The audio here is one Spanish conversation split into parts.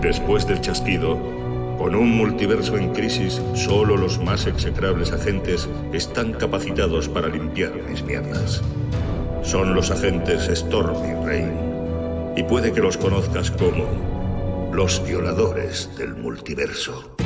Después del chasquido, con un multiverso en crisis, solo los más execrables agentes están capacitados para limpiar mis mierdas. Son los agentes Storm y Rain, y puede que los conozcas como los violadores del multiverso.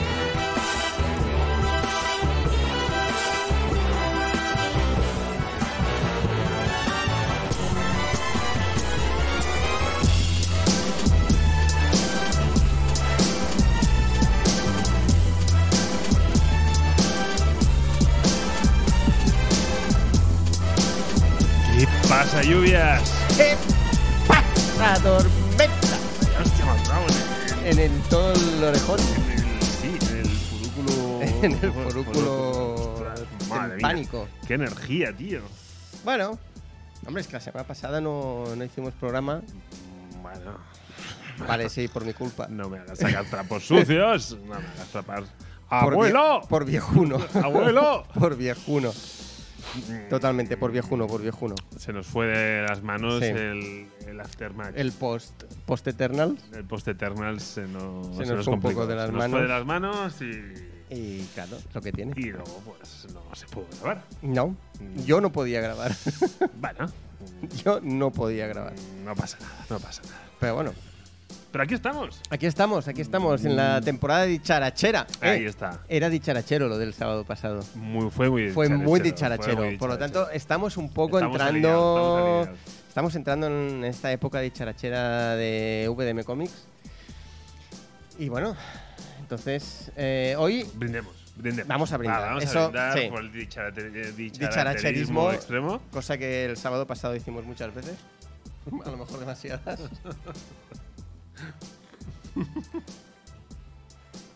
¿Qué pasa, lluvias? ¿Qué pasa, tormenta? Hostia, me has dado En el todo el orejón, en el- en el- Sí, en el forúculo. en el forúculo Ostras, madre en mía. pánico. Qué energía, tío. Bueno, hombre, es que la semana pasada no, no hicimos programa. Bueno, Vale, sí, por mi culpa. no me hagas sacar trapos sucios. No me hagas tapar. Por vie- ¡Abuelo! Por viejuno. ¡Abuelo! por viejuno. Totalmente, por viejuno, por viejuno. Mm, Se nos fue de las manos Sí. el, el aftermath. El post, post Eternal. El post Eternal se nos, Se nos fue un complicó. poco de las Se nos fue manos. de las manos y, Y claro, lo que tiene. y luego pues no se pudo grabar. No, yo no podía grabar. Bueno, yo no podía grabar. no pasa nada, no pasa nada. Pero bueno, Pero aquí estamos. aquí estamos, aquí estamos, en la temporada dicharachera. Eh, Mm. Ahí está. Era dicharachero lo del sábado pasado. Muy, fue muy Fue dicharachero, muy dicharachero. fue muy Por lo dicharachero. tanto, estamos un poco Estamos entrando. alineados, estamos alineados. Estamos entrando en esta época dicharachera de VDM Comics. Y bueno, entonces, eh, hoy brindemos, brindemos. Vamos a brindar. Va, vamos a Eso, brindar sí. por el dicharate- dicharaterismo dicharacherismo, extremo. cosa que el sábado pasado hicimos muchas veces. A lo mejor demasiadas.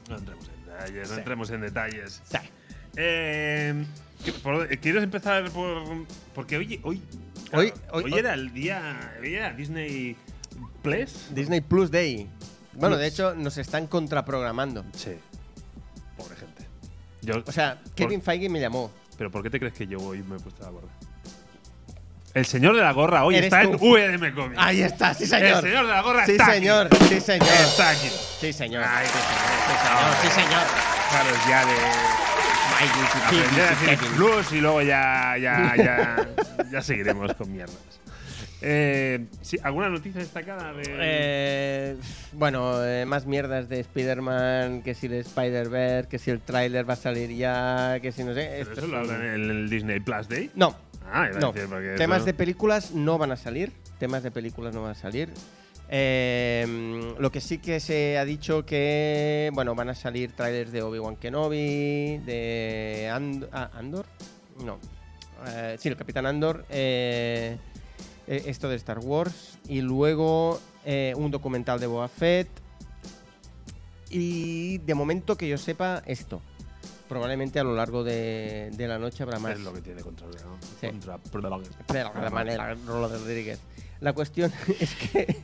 No entremos en detalles, no Sí. entremos en detalles. Sí. Eh, ¿qué- por- eh, ¿Quieres empezar por.? Porque hoy. Hoy, Hoy- hoy- hoy- era el día. Hoy era Disney Plus. Disney Plus Day. Bueno, Plus. de hecho, nos están contraprogramando. Sí. Pobre gente. Yo- O sea, Kevin Feige me llamó. ¿Pero por qué te crees que yo hoy me he puesto la gorra? El señor de la gorra hoy Eres está en tú. VDM Comics. Ahí está, sí el señor. señor de la gorra Sí está aquí. señor, sí señor. Está aquí. Sí señor. Ay, Sí señor, sí señor. Claro, ya de aprender a decir plus y luego ya, ya, ya, ya seguiremos con mierdas. Eh, sí, ¿Alguna noticia destacada? De... Eh, bueno, eh, más mierdas de Spider-Man, que si el Spider-Verse, que si el tráiler va a salir ya, que si no sé. ¿Pero esto eso es lo un- hablan en el Disney Plus Day? No, Ah, iba a no. decir porque Temas eso- de películas no van a salir. Temas de películas no van a salir. Eh, lo que sí que se ha dicho que, bueno, van a salir trailers de Obi-Wan Kenobi, de And- ah, Andor. No. Eh, sí, el Capitán Andor. eh, eh, esto de Star Wars. Y luego eh, un documental de Boba Fett. Y de momento que yo sepa, esto. Probablemente a lo largo de, de la noche habrá más. Es lo que tiene contra. ¿no? Sí. contra De la manera, Rolo Rodríguez. La cuestión es que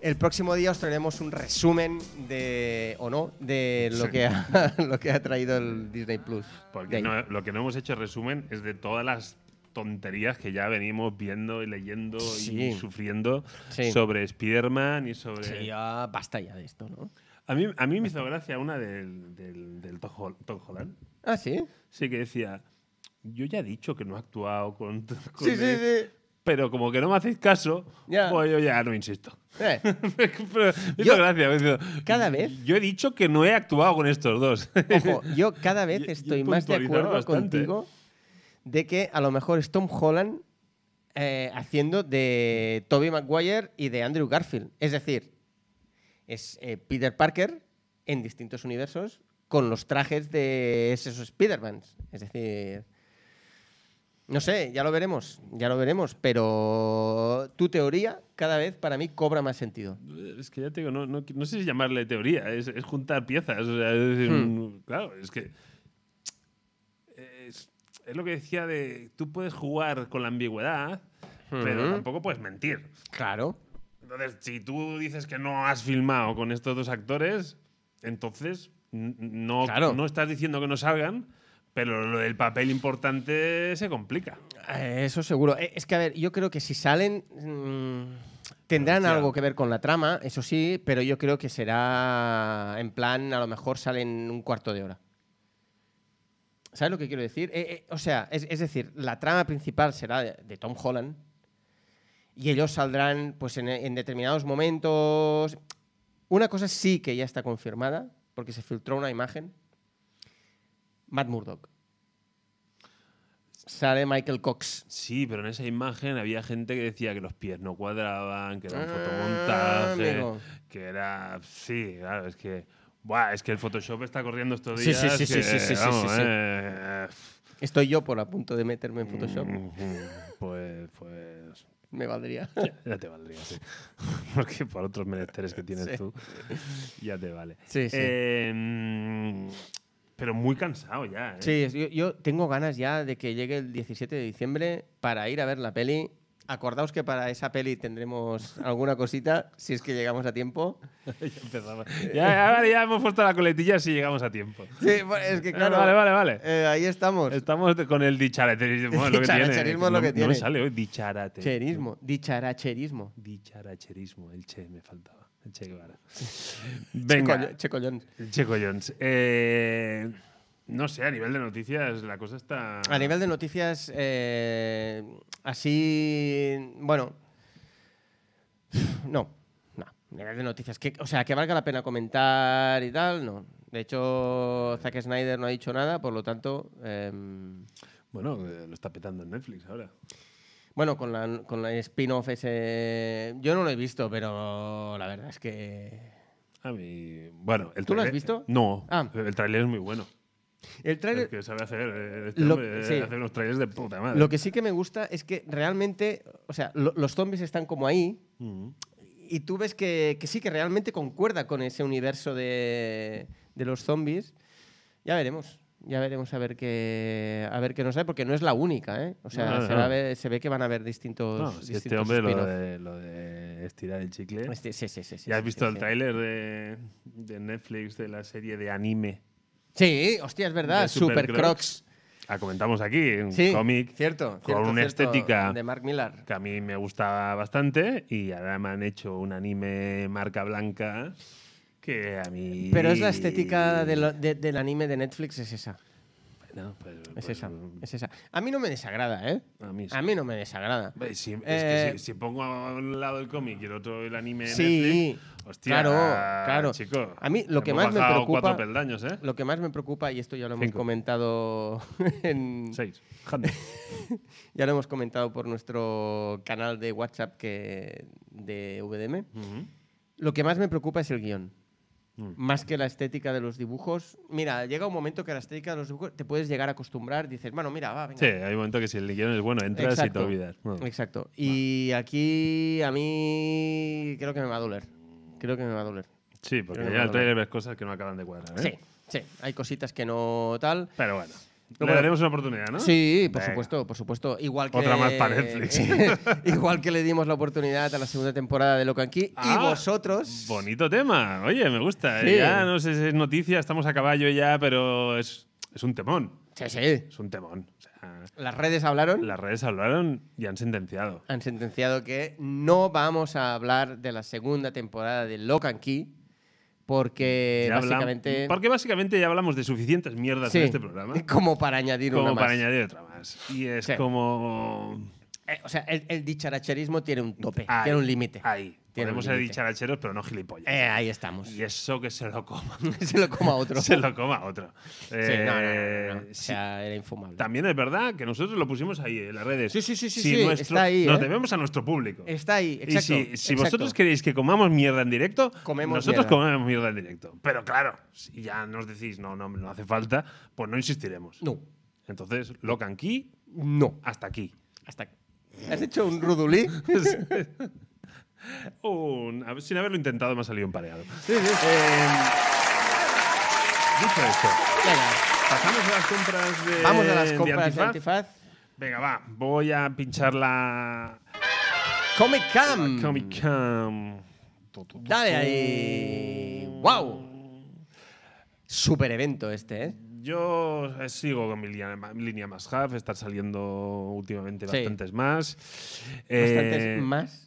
el próximo día os traeremos un resumen de, o no, de lo, Sí. que, ha, lo que ha traído el Disney Plus. Porque Day. no- lo que no hemos hecho resumen es de todas las tonterías que ya venimos viendo y leyendo y Sí. sufriendo Sí. sobre Spider-Man y sobre. Sí, ya basta ya de esto, ¿no? A mí, a mí me hizo gracia una del, del, del Tom Hol- Tom Holland. Ah, sí. Sí, que decía, yo ya he dicho que no he actuado con, con Sí, sí, él, sí. pero como que no me hacéis caso, Ya. pues yo ya no insisto. Eh, Pero me hizo Yo- gracia. me hizo, cada vez- Yo he dicho que no he actuado con estos dos. ojo, yo cada vez Yo- yo estoy más de puntualizaba acuerdo bastante. contigo de que a lo mejor es Tom Holland eh, haciendo de Toby Maguire y de Andrew Garfield. Es decir, es eh, Peter Parker en distintos universos con los trajes de esos Spider-Mans. Es decir, no sé, ya lo veremos, ya lo veremos, pero tu teoría cada vez para mí cobra más sentido. Es que ya te digo, no, no, no sé si llamarle teoría, es, es juntar piezas. o sea, es decir, Hmm. un- claro, es que. Es, es lo que decía de. Tú puedes jugar con la ambigüedad, pero Ujú. tampoco puedes mentir. Claro. Entonces, si tú dices que no has filmado con estos dos actores, entonces n- no, Claro. no estás diciendo que no salgan, pero lo del papel importante se complica. Eh, Eso seguro. Eh, Es que, a ver, yo creo que si salen. mm, Tendrán Hostia. algo que ver con la trama, eso sí, pero yo creo que será en plan, a lo mejor salen un cuarto de hora. ¿Sabes lo que quiero decir? Eh, eh, o sea, es, es decir, la trama principal será de, de Tom Holland y ellos saldrán pues, en, en determinados momentos. Una cosa sí que ya está confirmada, porque se filtró una imagen. Matt Murdock. Sale Michael Cox. Sí, pero en esa imagen había gente que decía que los pies no cuadraban, que era un Ah, fotomontaje, amigo. que era. Sí, claro, es que. Buah, es que el Photoshop está corriendo estos Sí, días. sí, sí, sí, que, sí, sí, sí, vamos, sí, sí. eh, Estoy yo por a punto de meterme en Photoshop. Mm. Pues, pues. Me valdría. Ya te valdría, sí. Porque por otros menesteres que tienes Sí. tú, ya te vale. Sí, sí. Eh, mm, pero muy cansado ya, ¿eh? Sí, es- yo, yo tengo ganas ya de que llegue el 17 de diciembre para ir a ver la peli. Acordaos que para esa peli tendremos alguna cosita, si es que llegamos a tiempo. ya empezaba. Ya, ahora ya hemos puesto la coletilla si llegamos a tiempo. Sí, bueno, es que claro. vale, vale, vale. eh, ahí estamos. Estamos de- con el dicharacherismo, es lo que tiene. Dicharacherismo es No- lo que No me tiene. sale hoy dicharate. Cherismo, dicharacherismo. Dicharacherismo, el che me faltaba. El che Guevara. Venga, Checollón. checollón. el Checo Jones. Eh, no sé, a nivel de noticias la cosa está... A nivel de noticias, eh, así. Bueno. No, no. A nivel de noticias. Que, o sea, que valga la pena comentar y tal, no. De hecho, Zack Snyder no ha dicho nada, por lo tanto. em, Bueno, eh, lo está petando en Netflix ahora. bueno, con la, con la spin-off ese. Yo no lo he visto, pero la verdad es que. A mí... Bueno, el ¿Tú lo has tráiler- visto? No, Ah. el tráiler es muy bueno. El El trailer. que sabe hacer... eh, este Lo- hombre, eh, sí. hace unos trailers de puta madre. Lo que sí que me gusta es que realmente. O sea, lo- los zombies están como ahí, Mm. y tú ves que, que sí, que realmente concuerda con ese universo de, de los zombies. Ya veremos. Ya veremos a ver qué a ver qué nos sale, porque no es la única, ¿eh? O sea, No, no, se, va a no. ver- se ve que van a haber distintos. No, si este distintos hombre lo spin-off. de, lo de estirar el chicle... Este- sí, sí, sí, sí, ¿Ya has sí, visto sí, el sí. tráiler de, de Netflix de la serie de anime? Sí, hostia, es verdad. De Super Super Crocs. La comentamos aquí, un Ah, Sí, cómic cierto. con cierto, una cierto, estética De Mark Millar. que a mí me gustaba bastante y ahora me han hecho un anime marca blanca que a mí... Pero es la estética de lo- de- del anime de Netflix, es esa. No, pues- pues, Es esa. Es esa. A mí no me desagrada, ¿eh? A mí sí. A mí no me desagrada. Ve, Si, es Eh, que si, si pongo a un lado el cómic y el otro el anime de Sí, Netflix, hostia, claro, claro. chico, A mí lo que hemos más me bajado preocupa- cuatro peldaños, ¿eh? Lo que más me preocupa, y esto ya lo hemos Cinco. comentado en, Seis. Jande. ya lo hemos comentado por nuestro canal de WhatsApp que, de VDM, Ujú. lo que más me preocupa es el guión. Mm. Más que la estética de los dibujos. Mira, llega un momento que la estética de los dibujos te puedes llegar a acostumbrar, dices, bueno, mira, va, venga. Sí, hay un momento que si el guión es bueno, entras y Exacto. te olvidas. Bueno. Exacto. Y aquí a mí creo que me va a doler. Creo que me va a doler. Sí, porque Creo que ya vale. el trailer ves cosas que no acaban de cuadrar. ¿eh? Sí, sí. Hay cositas que no tal. Pero bueno. Le Pero bueno. daremos una oportunidad, ¿no? Sí, por Venga. supuesto, por supuesto. Igual que, Otra más para Netflix. igual que le dimos la oportunidad a la segunda temporada de Locan Key. Ah, y vosotros. Bonito tema. Oye, me gusta. ¿eh? Sí. Ya no sé si es noticia, estamos a caballo ya, pero es, es un temón. Sí, sí. Es un temón. O sea, Las redes hablaron. las redes hablaron y han sentenciado. Han sentenciado que no vamos a hablar de la segunda temporada de Locan Key. Porque Ya hablam- Eh, básicamente. porque básicamente ya hablamos de suficientes mierdas Sí, en este programa. Como para añadir Como una para más. añadir otra más. Y es Sí. como. Eh, o sea, el, el dicharacherismo tiene un tope, Ahí, tiene un límite. Ahí. Tiene Podemos un ser límite. dicharacheros, pero no gilipollas. Eh, ahí estamos. Y eso que se lo coman. Se lo coma otro. se lo coma otro. Sí, no, no, Eh, no, no, no. O sí. sea, era infumable. También es verdad que nosotros lo pusimos ahí en las redes. Sí, sí, sí, sí, Si sí, nuestro- está ahí, Nos ¿eh? debemos a nuestro público. Está ahí, y exacto. si, si exacto. vosotros queréis que comamos mierda en directo, Comemos nosotros mierda. comemos mierda en directo. Pero claro, si ya nos decís no, no, no hace falta, pues no insistiremos. No, Entonces, Locan Key, no. hasta aquí. Hasta aquí. ¿Has hecho un rudulí? Pues, Un- a ver, sin haberlo intentado me ha salido empareado. sí, sí. Eh, dicho esto, Venga, pasamos a las compras de vamos a las Eh, de compras de Antifaz. Antifaz. Venga, va, voy a pinchar la Comic Cam. Ah, Comic Con. Mm. Dale ahí. ¡Wow! Super evento este, ¿eh? Yo eh, sigo con mi línea, ma- línea más half, están saliendo últimamente Sí. bastantes más. Bastantes Eh, más.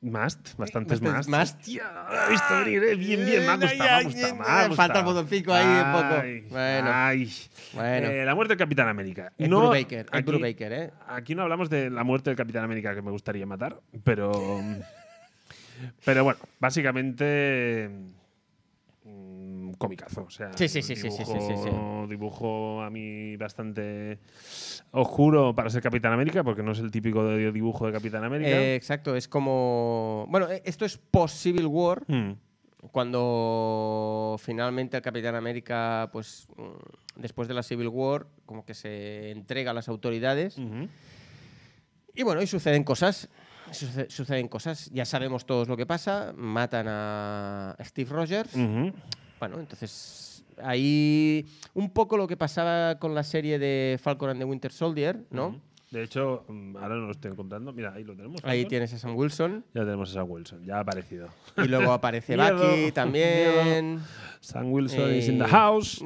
Must, bastantes Bastantes más. must. he visto venir, eh, bien, bien, me ha gustado, me ha gustado, me ha Ay, falta el gustado. botoncito ahí un poco. Ay, Bueno. ay. Bueno. Eh, la muerte del Capitán América. Ed No, Brubaker, Ed aquí- Brubaker, ¿eh? Aquí no hablamos de la muerte del Capitán América que me gustaría matar, pero. pero bueno, básicamente. mm, Comicazo, o sea. Sí, sí, sí, sí, sí, sí, sí, sí. dibujo- Dibujo a mí bastante oscuro para ser Capitán América, porque no es el típico de- dibujo de Capitán América. Eh, exacto, es como. Bueno, eh, esto es post-Civil War, Hmm. cuando finalmente el Capitán América, pues mm, después de la Civil War, como que se entrega a las autoridades. Ujú. Y bueno, y suceden cosas. suce- Suceden cosas. Ya sabemos todos lo que pasa. Matan a Steve Rogers. Ujú. Bueno, entonces ahí un poco lo que pasaba con la serie de Falcon and the Winter Soldier, ¿no? Ujú. De hecho, mm, ahora no lo estoy encontrando. Mira, ahí lo tenemos. Ahí ¿no? tienes a Sam Wilson. Ya tenemos a Sam Wilson, ya ha aparecido. Y luego aparece Bucky Miedo, también. miedo. Sam Wilson Eh. is in the house.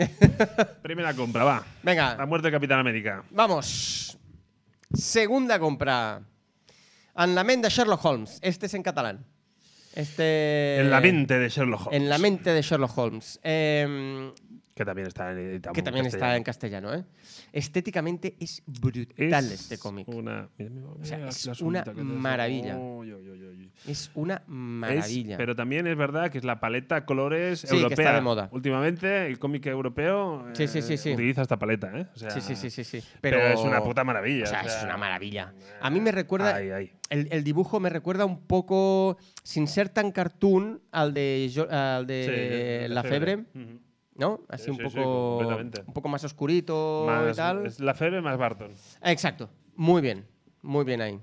Primera compra, va. La Venga, muerte del Capitán América. vamos. Segunda compra. En la mente de Sherlock Holmes. Este es en catalán. Este... en la mente de Sherlock Holmes. En la mente de Sherlock Holmes. Em, Que también está en editado que en también está en castellano. castellano, ¿eh? Estéticamente es brutal Es este cómic. Una, mira, mira, sea, mira es la una asunta que te hace. maravilla. Uy, uy, uy, uy. Es una maravilla. Es- pero también es verdad que es la paleta colores Sí, que europea. está de moda. Últimamente el cómic europeo eh, Sí, sí, sí, sí. utiliza esta paleta, ¿eh? O sea, sí, sí, sí, sí, sí. Pero, es una puta maravilla. O sea, es una maravilla. A mí me recuerda. Ay, ay. El, el dibujo me recuerda un poco, sin ser tan cartoon, al de, Jo- al de Sí, Eh, La Febre, Ujú. ¿no? Así Sí, un sí, sí, poco. completamente. un poco más oscurito y Más- tal. es la Febre más Barton. Exacto. Muy bien. Muy bien ahí.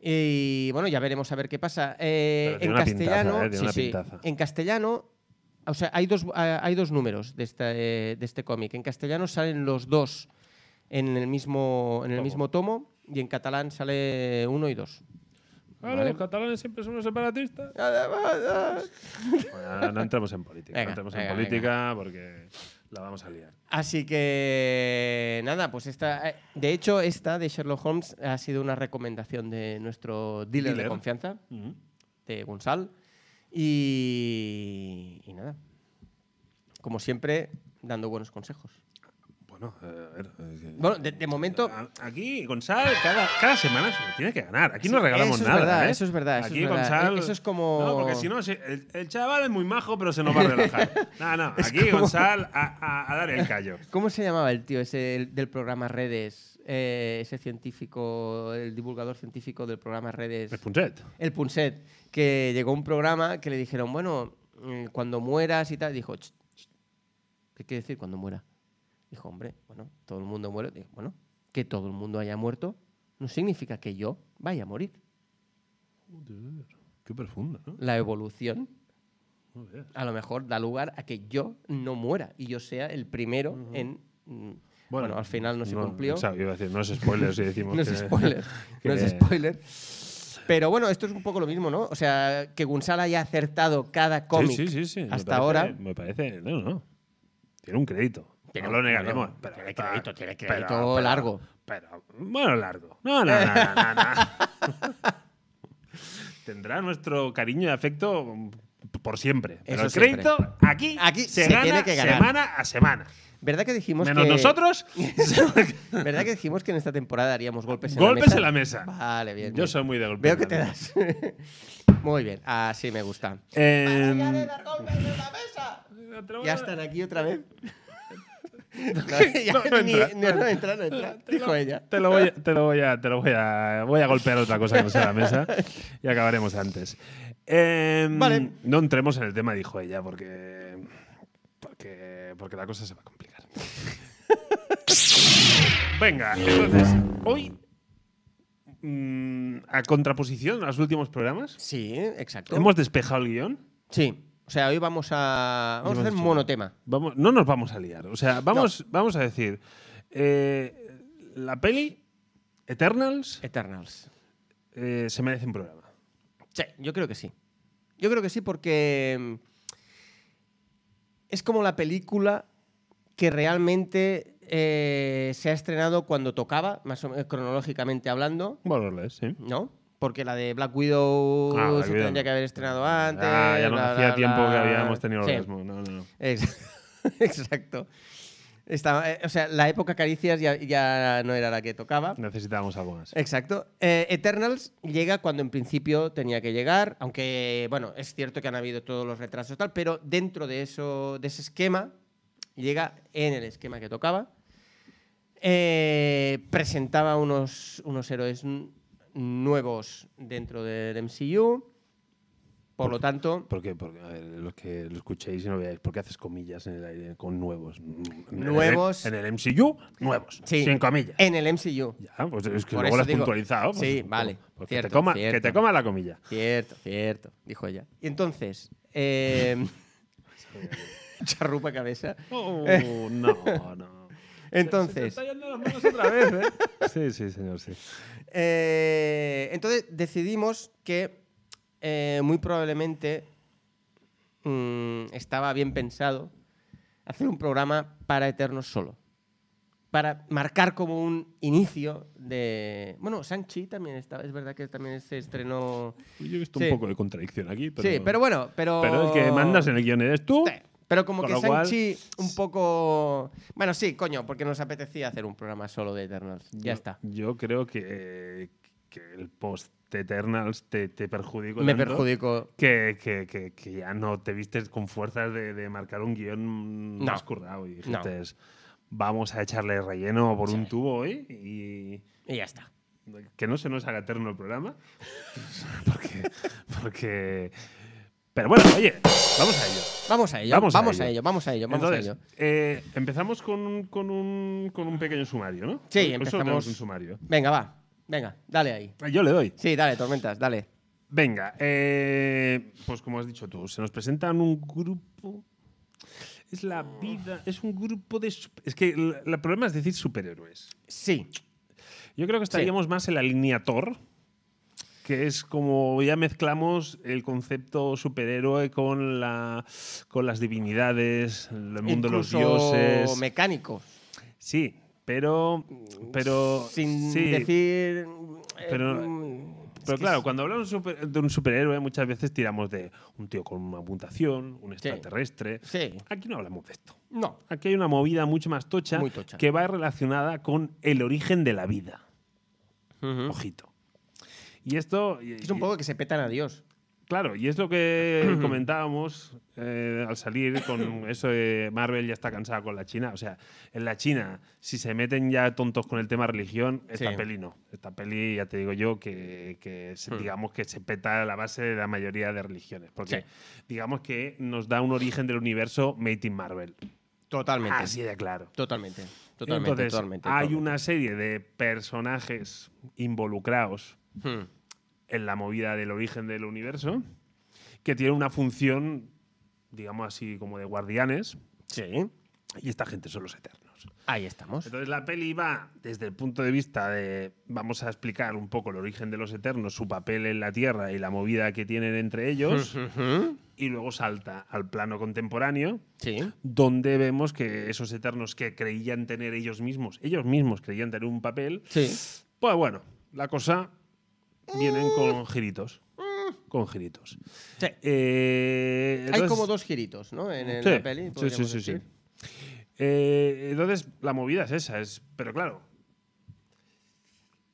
Y bueno, ya veremos a ver qué pasa. Eh, Pero en tiene una castellano. pintaza, eh, tiene sí, una sí. pintaza. En castellano. O sea, hay dos, ah, hay dos números de este, de este cómic. En castellano salen los dos en el mismo, en el Tomo. mismo tomo y en catalán sale uno y dos. Claro, Vale. los catalanes siempre son los separatistas. Bueno, no entramos en política. Venga, no entramos venga, en política porque la vamos a liar. Así que nada, pues esta. eh, De hecho, esta de Sherlock Holmes ha sido una recomendación de nuestro dealer, de Dealer. confianza, de Gonzal. Y, y nada. Como siempre, dando buenos consejos. Bueno, a ver. es que- Bueno, de, de momento. A- Aquí, Gonzalo, cada, cada semana se lo tiene que ganar. Aquí no Sí, regalamos eso es nada. verdad, ¿eh? eso es verdad, eso Aquí, es verdad. Gonzalo- Eh, eso es como- No, porque si no, si- el, el chaval es muy majo, pero se nos va a relajar. no, no. Es Aquí, como- Gonzalo, a, a- a dar el callo. ¿Cómo se llamaba el tío ese el del programa Redes? Eh, ese científico, el divulgador científico del programa Redes. Es Punset. El Punset, que llegó a un programa que le dijeron, bueno, mm, cuando mueras y tal, dijo, "Ch, ch". ¿qué quiere decir cuando muera? Dijo, hombre, bueno, todo el mundo muere. Dijo, bueno, que todo el mundo haya muerto no significa que yo vaya a morir. Qué profundo, ¿no? La evolución No veas. a lo mejor da lugar a que yo no muera y yo sea el primero en... mm, Bueno, al final no se cumplió. exacto, iba a decir, no es spoiler si decimos No es que- spoiler. que- No es spoiler. Pero bueno, esto es un poco lo mismo, ¿no? O sea, que Gunsal haya acertado cada cómic Sí, sí, sí, sí, me hasta parece- ahora. Me parece, no, no. Tiene un crédito. Tiene- no lo negaremos. bueno, pero- tiene crédito, tiene pero- crédito pero- largo. Pero, bueno, largo. No, no, no, no, no, no. Tendrá nuestro cariño y afecto por siempre. Pero Eso el siempre. crédito aquí, Aquí se, se gana tiene que ganar. semana a semana. ¿Verdad que dijimos Menos que nosotros, ¿Verdad que dijimos que en esta temporada haríamos golpes en golpes en la la mesa? mesa. Vale, bien. Yo bien. soy muy de golpes. Veo en que la te mesa. das. Muy bien, así me gusta. Em, Ya están aquí otra vez. No, no ni- entra. ni- no entra, no entra, dijo ella. Te lo voy a, te lo voy a, te lo voy a, voy a golpear otra cosa que no sea la mesa y acabaremos antes. Em, Vale. No entremos en el tema, dijo ella, porque, porque, porque la cosa se va a complicar. Venga, entonces, hoy, mm, a contraposición a los últimos programas, Sí, exacto. hemos despejado el guión. Sí, o sea, hoy vamos a, vamos a Hemos hacer dicho- monotema. Vamos, no nos vamos a liar. O sea, vamos, vamos a decir, eh, la peli Eternals Eternals. eh, se merece un programa. Sí, yo creo que sí. Yo creo que sí porque mm, es como la película que realmente eh, se ha estrenado cuando tocaba, más o menos cronológicamente hablando, Bueno, lo es, sí. ¿no? Porque la de Black Widow Ah, Black Uh, se Widow. tendría que haber estrenado antes. Ah, ya no bla, hacía bla, tiempo bla. que habíamos tenido Sí. lo mismo. No, no, no. Ex- Exacto. Estaba- eh, o sea, la época caricias ya, ya no era la que tocaba. Necesitábamos algo más. Exacto. Eh, Eternals llega cuando en principio tenía que llegar, aunque, bueno, es cierto que han habido todos los retrasos tal, pero dentro de, eso, de ese esquema, llega en el esquema que tocaba. Eh, presentaba unos, unos héroes n- nuevos dentro del MCU. Por lo tanto, ¿Por qué? Porque, a ver, los que lo escuchéis y no lo veáis, ¿por qué haces comillas en el aire con nuevos? En el- Nuevos. En el, MCU, nuevos. Sí. Sin comillas. en el MCU. Ya, pues es que Por luego eso lo has digo- puntualizado. pues, Sí, pues, vale, pues que, te cierto, coma, que cierto. te coma la comilla. Cierto, cierto, dijo ella. Y entonces, eh, charrupa cabeza. Oh, no, no. Entonces, yendo las manos otra vez, ¿eh? Sí, sí, señor, sí. eh, entonces decidimos que eh, muy probablemente mm, estaba bien pensado hacer un programa para Eternos solo. Para marcar como un inicio de. Bueno, Sanchi también estaba. Es verdad que también se estrenó. Yo he visto Sí. un poco de contradicción aquí, pero. sí, pero bueno, pero. Pero el que mandas en el guion eres tú. Sí, Pero como Con que lo cual- Sanchi un poco. Bueno, sí, coño, porque nos apetecía hacer un programa solo de Eternals. Ya Yo- está. Yo creo que, que el post Eternals te, te perjudicó. Me tanto perjudicó. Que, que, que, que ya no te vistes con fuerzas de, de marcar un guión No. más currado y dijiste, vamos a echarle relleno por un tubo hoy y Y ya está. que no se nos haga eterno el programa. porque, porque... Pero bueno, oye, vamos a ello. Vamos a ello. Vamos, Vamos a a, ello. ello. vamos a ello, vamos Entonces, a ello. eh, empezamos con un, con, un, con un pequeño sumario, ¿no? Sí, Hoy- hoy solo empezamos- tenemos un sumario. Venga, va. Venga, dale ahí. Yo le doy. Sí, dale, tormentas, dale. Venga, eh, pues como has dicho tú, se nos presentan un grupo. Es la Oh. vida, es un grupo de. sup- Es que el, el problema es decir superhéroes. Sí. Yo creo que estaríamos más en la línea Thor, que es como ya mezclamos el concepto superhéroe con, la, con las divinidades, el mundo de los Incluso dioses. mecánicos. Sí, pero. pero Sin sí, decir. eh, Pero- mm, es Pero que claro, es- cuando hablamos super- de un superhéroe, muchas veces tiramos de un tío con una puntación, un Sí. extraterrestre. Sí. Aquí no hablamos de esto. No. Aquí hay una movida mucho más tocha, Muy tocha. que va relacionada con el origen de la vida. Ujú. Ojito. Y esto. y- Es un poco que se petan a Dios. Claro, y es lo que comentábamos eh, al salir con eso de Marvel ya está cansada con la China. O sea, en la China, si se meten ya tontos con el tema religión, esta Sí. peli no. Esta peli, ya te digo yo, que, que Hmm. se- digamos que se peta la base de la mayoría de religiones. Porque Sí. digamos que nos da un origen del universo Made in Marvel. Totalmente. Así de claro. Totalmente. Totalmente. Ah, Entonces, totalmente, hay totalmente. una serie de personajes involucrados Hmm. en la movida del origen del universo, que tiene una función, digamos así, como de guardianes, Sí. y esta gente son los eternos. Ahí estamos. Entonces la peli va desde el punto de vista de, vamos a explicar un poco el origen de los eternos, su papel en la Tierra y la movida que tienen entre ellos, Ujú. y luego salta al plano contemporáneo, Sí. donde vemos que esos eternos que creían tener ellos mismos, ellos mismos creían tener un papel, Sí. Pues bueno, la cosa vienen Mm. con giritos. Con giritos. Sí. Eh, Mm. Hay entonces- como dos giritos, ¿no? En, en Sí, la peli. sí, podríamos sí, sí, sí. decir. Eh, entonces, la movida es esa. Es, pero claro,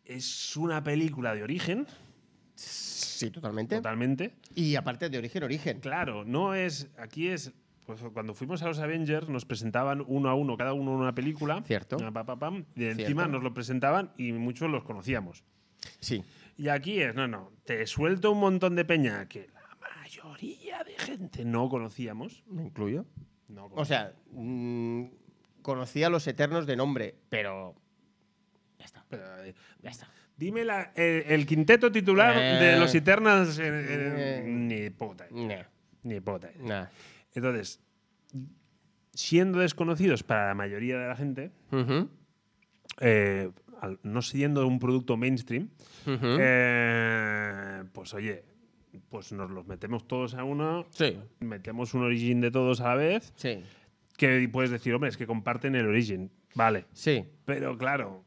es una película de origen, Sí, totalmente. totalmente. Y aparte de origen, origen. Claro, no es. Aquí es. pues, cuando fuimos a los Avengers nos presentaban uno a uno, cada uno una película. Cierto. Ah, pa, pa, pam, y encima Cierto. nos lo presentaban y muchos los conocíamos. Sí. Y aquí es, no, no, te suelto un montón de peña que la mayoría de gente no conocíamos. Me incluyo. No O sea, mm, conocía a los Eternos de nombre, pero. Ya está. pero, eh, Ya está. dime la- el, el quinteto titular Eh. de los Eternals. eh, eh, Eh. ni puta, idea, Nah, ni puta. idea. nah. Entonces, siendo desconocidos para la mayoría de la gente, Ujú, eh, al- no siendo un producto mainstream, ujú. eh, pues oye, pues nos los metemos todos a uno, Sí, metemos un origin de todos a la vez. sí, que puedes decir, hombre, es que comparten el origen. Vale. sí. Pero claro,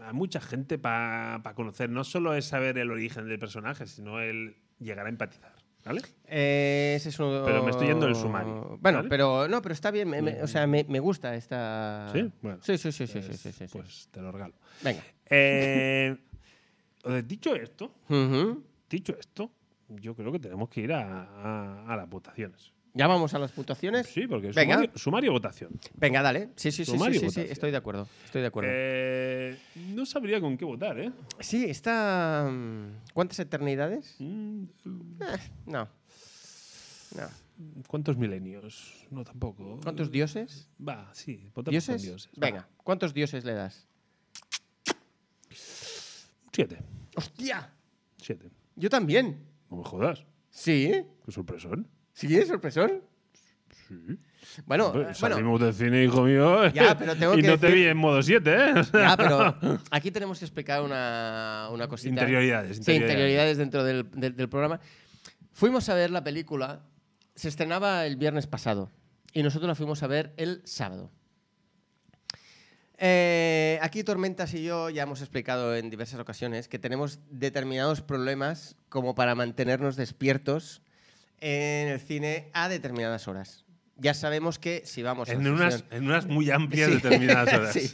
a mucha gente para conocer. No solo es saber el origen del personaje, sino el llegar a empatizar. ¿Vale? Eh, ese es uno- Pero me estoy yendo del sumario, Bueno, ¿vale? pero no, pero está bien. me- me- o sea, me, me gusta esta. ¿Sí? Bueno, sí, sí, sí, sí, sí, Pues- sí, sí, sí. Pues te lo regalo. Venga. Eh, eh, dicho esto, Ujú. dicho esto, yo creo que tenemos que ir a, a- a las votaciones. Ya vamos a las puntuaciones. Sí, porque Venga. sumario, sumario votación. Venga, dale. Sí, sí, sí, sí, Sumar y sí, sí, votación. Estoy de acuerdo. Estoy de acuerdo. Eh, no sabría con qué votar, ¿eh? Sí, está. mm, ¿Cuántas eternidades? Mm, Eh, no. No. ¿Cuántos milenios? No, tampoco. ¿Cuántos dioses? Va, sí, votamos Mm, ¿Dioses? con dioses. Va, Venga, ¿cuántos dioses le das? Siete. ¡Hostia! Siete. Yo también. No me jodas. Sí. Qué sorpresón. Sí, es sorpresón. Sí. Bueno, Hombre, eh, bueno. Salimos del cine, hijo mío. eh, Ya, pero tengo y que no te decir- vi en modo 7, ¿eh? Ya, pero aquí tenemos que explicar una, una cosita. Interioridades, Sí, interioridades. interioridades dentro del, del- del programa. Fuimos a ver la película. Se estrenaba el viernes pasado. Y nosotros la fuimos a ver el sábado. Eh, aquí Tormentas y yo ya hemos explicado en diversas ocasiones que tenemos determinados problemas como para mantenernos despiertos en el cine a determinadas horas. Ya sabemos que si vamos a En la unas, sesión- en unas muy amplias Sí. determinadas horas. Sí.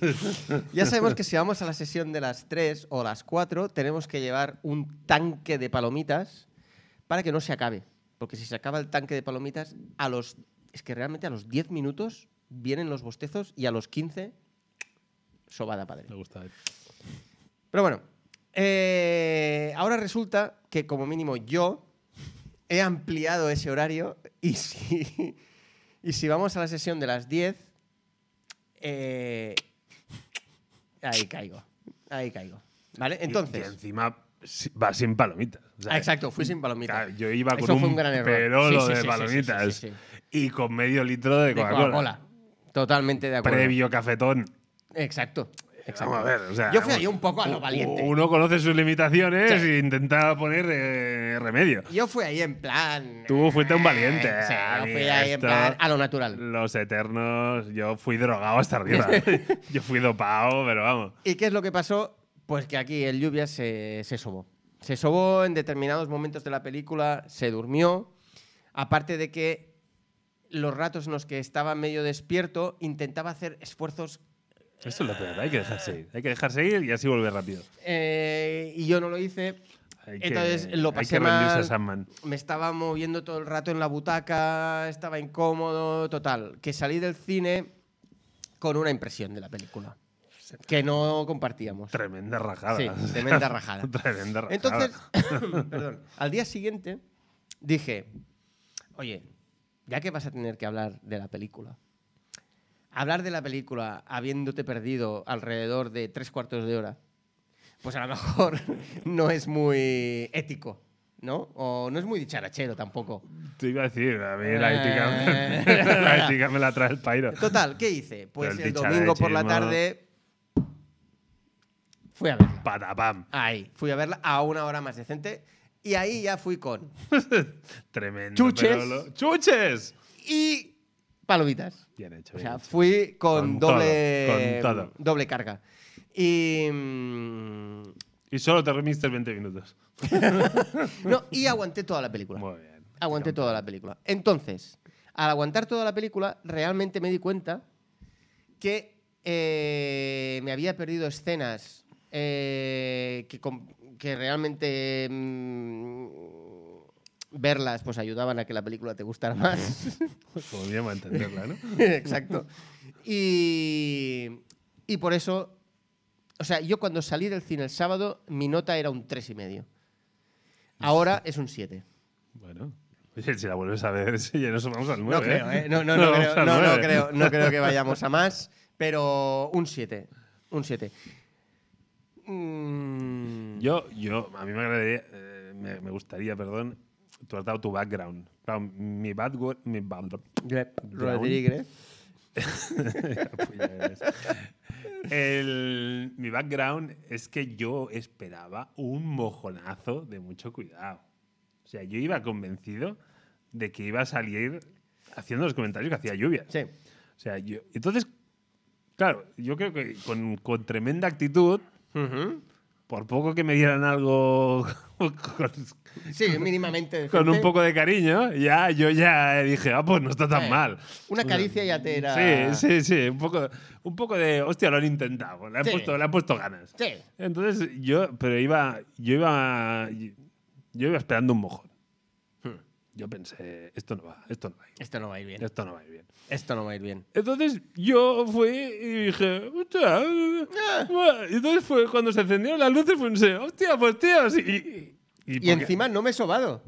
Ya sabemos que si vamos a la sesión de las 3 o las 4 tenemos que llevar un tanque de palomitas para que no se acabe. Porque si se acaba el tanque de palomitas, a los es que realmente a los 10 minutos vienen los bostezos y a los 15 sobada padre. Me gusta. eh. Pero bueno, eh, ahora resulta que como mínimo yo he ampliado ese horario y si, y si vamos a la sesión de las 10, eh, ahí caigo, ahí caigo. ¿Vale? Y, y Entonces... encima si- va sin palomitas. o sea, Ah, exacto, fui sin palomitas. claro, Yo iba con Eso un, fue un gran error. perolo Sí, sí, de sí, sí, palomitas sí, sí, sí. y con medio litro de De Coca-Cola. Coca-Cola. Totalmente de acuerdo. Previo cafetón. Exacto. exacto. Vamos a ver, o sea, yo fui vamos, ahí un poco a lo valiente. Uno conoce sus limitaciones Sí. e intenta poner eh, remedio. Yo fui ahí en plan. eh, Tú fuiste un valiente. Sí, A yo mí fui ahí en esto- plan. A lo natural. Los eternos, yo fui drogado hasta arriba. yo fui dopado, pero vamos. ¿Y qué es lo que pasó? Pues que aquí el lluvia se, se sobó. Se sobó en determinados momentos de la película, se durmió. Aparte de que los ratos en los que estaba medio despierto, intentaba hacer esfuerzos Eso es lo peor, hay que dejarse ir. Hay que dejarse ir y así volver rápido. eh, y yo no lo hice. Hay que- Entonces lo pasé Hay que rendirse mal. a Sandman. me estaba moviendo todo el rato en la butaca, estaba incómodo, total. Que salí del cine con una impresión de la película que no compartíamos. Tremenda rajada. Sí, tremenda rajada. tremenda rajada. Entonces, perdón, al día siguiente dije, oye, ya que vas a tener que hablar de la película, hablar de la película habiéndote perdido alrededor de tres cuartos de hora, pues a lo mejor no es muy ético, ¿no? O no es muy dicharachero tampoco. te iba a decir, a mí la Eh. ética, la ética me la trae el pairo. Total, ¿qué hice? Pues el el domingo por la dicharachismo. tarde fui a verla. Patapam. Ahí, fui a verla a una hora más decente y ahí ya fui con Tremendo. Chuches. pero lo- ¡Chuches! y palomitas. Bien hecho. O bien sea, hecho. fui con, Con todo, doble con todo. doble carga. Y mm, Y solo te remiste 20 minutos. no, y aguanté toda la película. Muy bien. aguanté toda la película. Entonces, al aguantar toda la película, realmente me di cuenta que eh, me había perdido escenas eh, que, com- que realmente mm, verlas pues ayudaban a que la película te gustara más. Como bien va a entenderla, ¿no? Exacto. Y, y por eso, o sea, yo cuando salí del cine el sábado, mi nota era un 3,5. Ahora es un 7. Bueno. Oye, si la vuelves a ver, sí, ya nos vamos al 9. No creo, ¿eh? No, no, no, creo, no, no creo, no creo que vayamos a más, pero un 7. Un 7. Mm, Yo, yo, a mí me, agradaría, eh, me, me gustaría, perdón, tú has dado tu background. Claro, mi background, mi background. Grep Rodríguez. El- mi background es que yo esperaba un mojonazo de mucho cuidado. O sea, yo iba convencido de que iba a salir haciendo los comentarios que hacía lluvia. Sí. O sea, yo, entonces, claro, yo creo que con, con tremenda actitud Ujú. Por poco que me dieran algo con, Sí, mínimamente. decente. con un poco de cariño, ya yo ya dije, ah, pues no está tan Eh, mal. Una caricia ya te era. Sí, sí, sí. Un poco, un poco de. Hostia, lo han intentado. Le han, Sí. puesto, le han puesto ganas. Sí. Entonces, yo. Pero iba. Yo iba. Yo iba esperando un mojón. Hmm. Yo pensé, esto no va, esto no va a ir. Esto no va a ir bien. Esto no va a ir bien. Esto no va a ir bien. Entonces yo fui y dije, hostia. eh, Ah. buah". Y entonces fue cuando se encendieron las luces, pensé, hostia, pues tío. sí". Y, y- y Y porque- encima no me he sobado.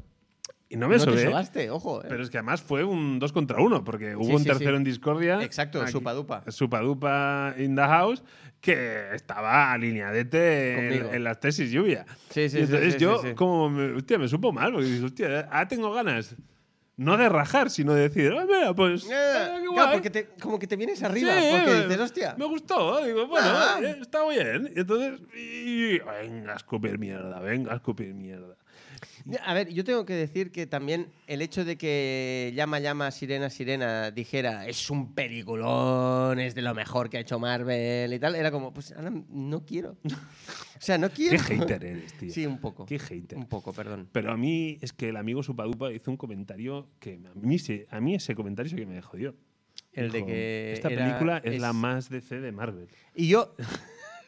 Y no me no te sobé. sobaste, ojo. eh. Pero es que además fue un 2 contra 1, porque hubo Sí, un sí, tercero sí. en discordia. Exacto, aquí- Supadupa. Supadupa in the house, que estaba alineadete en, Conmigo. en las tesis lluvia. Sí, sí, y sí, entonces sí, yo, sí, sí. como, me, hostia, me supo mal, porque dije, hostia, ah, tengo ganas. No de rajar, sino de decir, ah, mira, pues. Eh, ah, qué guay". claro, porque te- como que te vienes arriba. Sí, porque eh, dices, hostia. Me gustó, digo, bueno, Ah. eh, está bien. Y entonces, y- y- venga a escupir mierda, venga a escupir mierda. A ver, yo tengo que decir que también el hecho de que Llama Llama Sirena Sirena dijera es un peliculón, es de lo mejor que ha hecho Marvel y tal, era como, pues ahora no quiero. O sea, no quiero. Qué hater eres, tío. Sí, un poco. Qué hater. Un poco, perdón. Pero a mí es que el amigo Supadupa hizo un comentario que a mí, se- a mí ese comentario es el que me jodió. El de Dijo, que Esta era- película es, es- la más DC de Marvel. Y yo,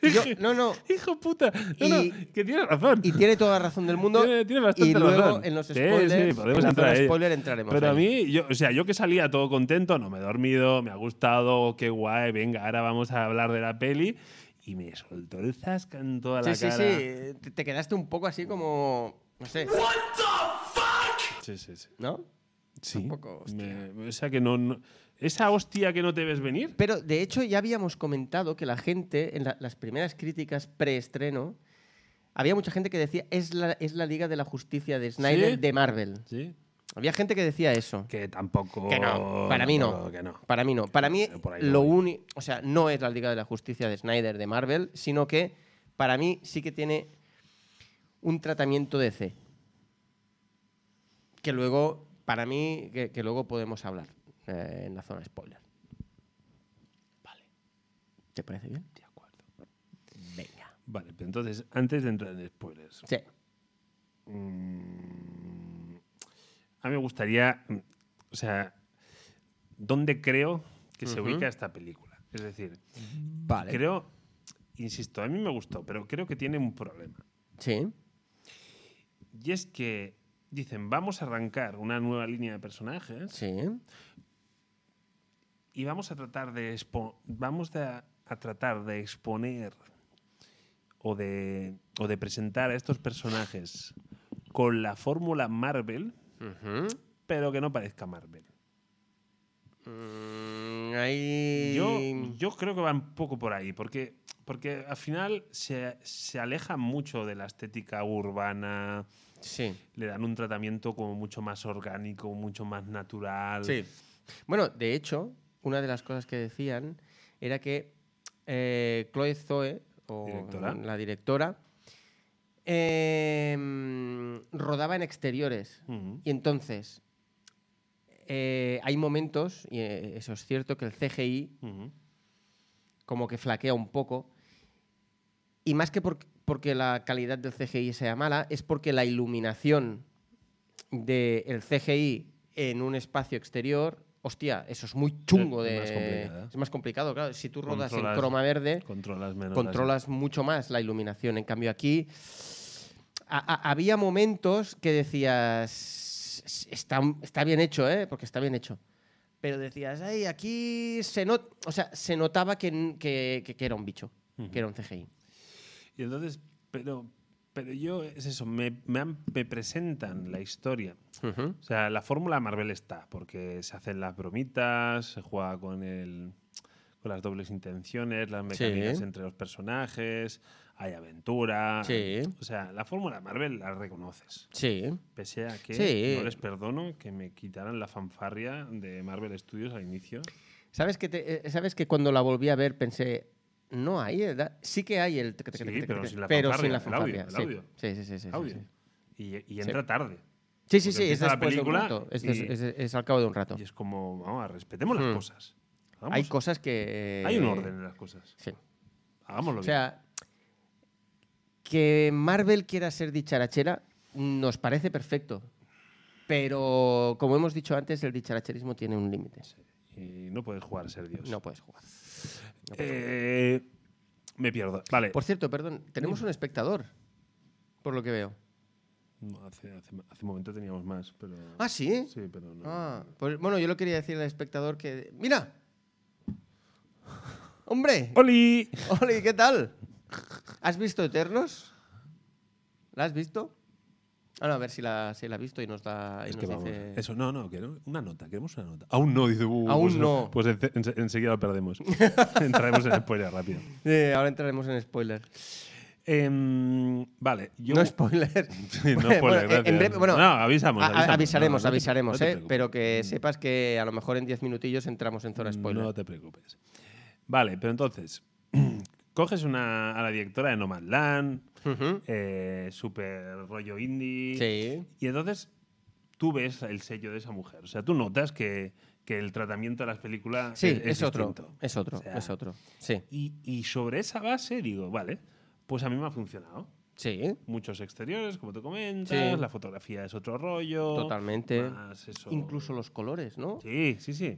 y yo- no, no, ¡Hijo puta! No, no, Y- que tienes razón. y tiene toda la razón del mundo. Tiene- tiene bastante y luego razón. en los Sí, spoilers, sí, podemos en la entrar zona ahí. spoiler entraremos. Pero a ahí. mí, yo, o sea, yo que salía todo contento, no me he dormido, me ha gustado, qué guay, venga, ahora vamos a hablar de la peli. Y me soltó el zasca en toda Sí, la sí, cara. sí, te- te quedaste un poco así como, no sé, sí, sí, sí. ¿no? Sí. Tampoco, hostia. Me- o sea, que no, no- Esa hostia que no te ves venir. Pero de hecho ya habíamos comentado que la gente, en la- las primeras críticas preestreno, había mucha gente que decía es la, es la Liga de la Justicia de Snyder ¿Sí? de Marvel. Sí. Había gente que decía eso. Que tampoco. Que no, para mí no. tampoco que Oh, no. Para mí no. Para mí Por ahí no lo voy. único, o sea, no es la Liga de la Justicia de Snyder de Marvel, sino que para mí sí que tiene un tratamiento de C. Que luego, para mí, que, que luego podemos hablar eh, en la zona spoiler. Vale. ¿Te parece bien? De acuerdo. Venga. Vale, pero entonces, antes de entrar en spoilers, Sí. Mm, a mí me gustaría. mm, O sea, ¿dónde creo que se ubica esta película? Es decir, Vale. creo. Insisto, a mí me gustó, pero creo que tiene un problema. Sí. Y es que dicen, vamos a arrancar una nueva línea de personajes Sí. y vamos a tratar de expo- vamos de- a, tratar de exponer o de, o de presentar a estos personajes con la fórmula Marvel, pero que no parezca Marvel. Mm, ahí. Yo, Em, yo creo que va un poco por ahí, porque, porque al final se, se aleja mucho de la estética urbana, Sí. le dan un tratamiento como mucho más orgánico, mucho más natural. Sí. Bueno, de hecho, una de las cosas que decían era que eh, Chloe Zoe, o Directora. la directora, em, rodaba en exteriores. Ujú. Y entonces, eh, hay momentos, y eh, eso es cierto, que el CGI Ujú. como que flaquea un poco. Y más que por- porque la calidad del CGI sea mala, es porque la iluminación del CGI en un espacio exterior, hostia, eso es muy chungo. Es- de, es más complicado, ¿eh? es más complicado, claro. Si tú rodas Controlas- en croma verde, Controlas menos. las- controlas mucho más la iluminación. En cambio, aquí a- a- había momentos que decías, "S- está, está bien hecho, ¿eh? porque está bien hecho. Pero decías, ay, aquí se, not o sea, se notaba que, n- que- que- que era un bicho, que era un CGI. Y entonces, pero, pero yo, es eso, me, me han- me presentan la historia. O sea, la fórmula Marvel está, porque se hacen las bromitas, se juega con el con las dobles intenciones, las mecánicas Sí. entre los personajes, hay aventura. Sí. O sea, la fórmula Marvel la reconoces. Sí, Pese a que Sí. no les perdono que me quitaran la fanfarria de Marvel Studios al inicio. ¿Sabes que, te- eh, ¿Sabes que cuando la volví a ver pensé, no hay, ¿verdad? sí que hay el... tec- tec- Sí, tec- tec- pero tec- sin la pero fanfarria, sin la el audio, fanfarria, el sí. audio. Sí, sí, sí, sí, sí, Audio. sí. Y, y entra tarde. Sí, sí, Porque sí, es empieza la después de un película rato. Es, des- y- es- es al cabo de un rato. Y es como, vamos, a ver, respetemos las Hmm. eh, cosas. Hagamos- Hay cosas que... hay un orden en las cosas. Sí. Hagámoslo O sea, Que Marvel quiera ser dicharachera nos parece perfecto. Pero, como hemos dicho antes, el dicharacherismo tiene un límite. Y no puedes jugar a ser Dios. No puedes jugar. No puedes jugar. Eh, me pierdo. Vale. Por cierto, perdón, tenemos un espectador, por lo que veo. No, hace, hace- hace un momento teníamos más, pero. Ah, ¿sí? Sí, pero no. Ah, pues bueno, yo lo quería decir al espectador que... ¡Mira! ¡Hombre! ¡Oli! ¡Oli, qué tal! ¿Has visto Eternos? ¿La has visto? Ahora a ver si la, si la ha visto y nos da... y Es que nos vamos. dice- Eso, no, no, que no, una nota, queremos una nota. Aún no, dice. "Uh, Aún pues no. Pues ence- ense- enseguida lo perdemos. Entraremos en spoiler rápido. Eh, ahora entraremos en spoiler. Em, vale, yo. No spoiler. Sí, no spoiler, Bueno, en- en gracias. breve- bueno, no, avisamos. A- avisamos, a- avisaremos, No, no te- avisaremos, no te eh, preocupes. pero que sepas que a lo mejor en 10 minutillos entramos en zona spoiler. No te preocupes. Vale, pero entonces, coges una, a la directora de Nomadland, Ujú. eh, super rollo indie. Sí. Y entonces tú ves el sello de esa mujer. O sea, tú notas que, que el tratamiento de las películas Sí, es, es, otro. distinto. Es otro, O sea, es otro. Sí. Y, y sobre esa base digo, vale, pues a mí me ha funcionado. Sí. Muchos exteriores, como tú comentas, Sí. la fotografía es otro rollo. Totalmente. más eso- Incluso los colores, ¿no? Sí, sí, sí.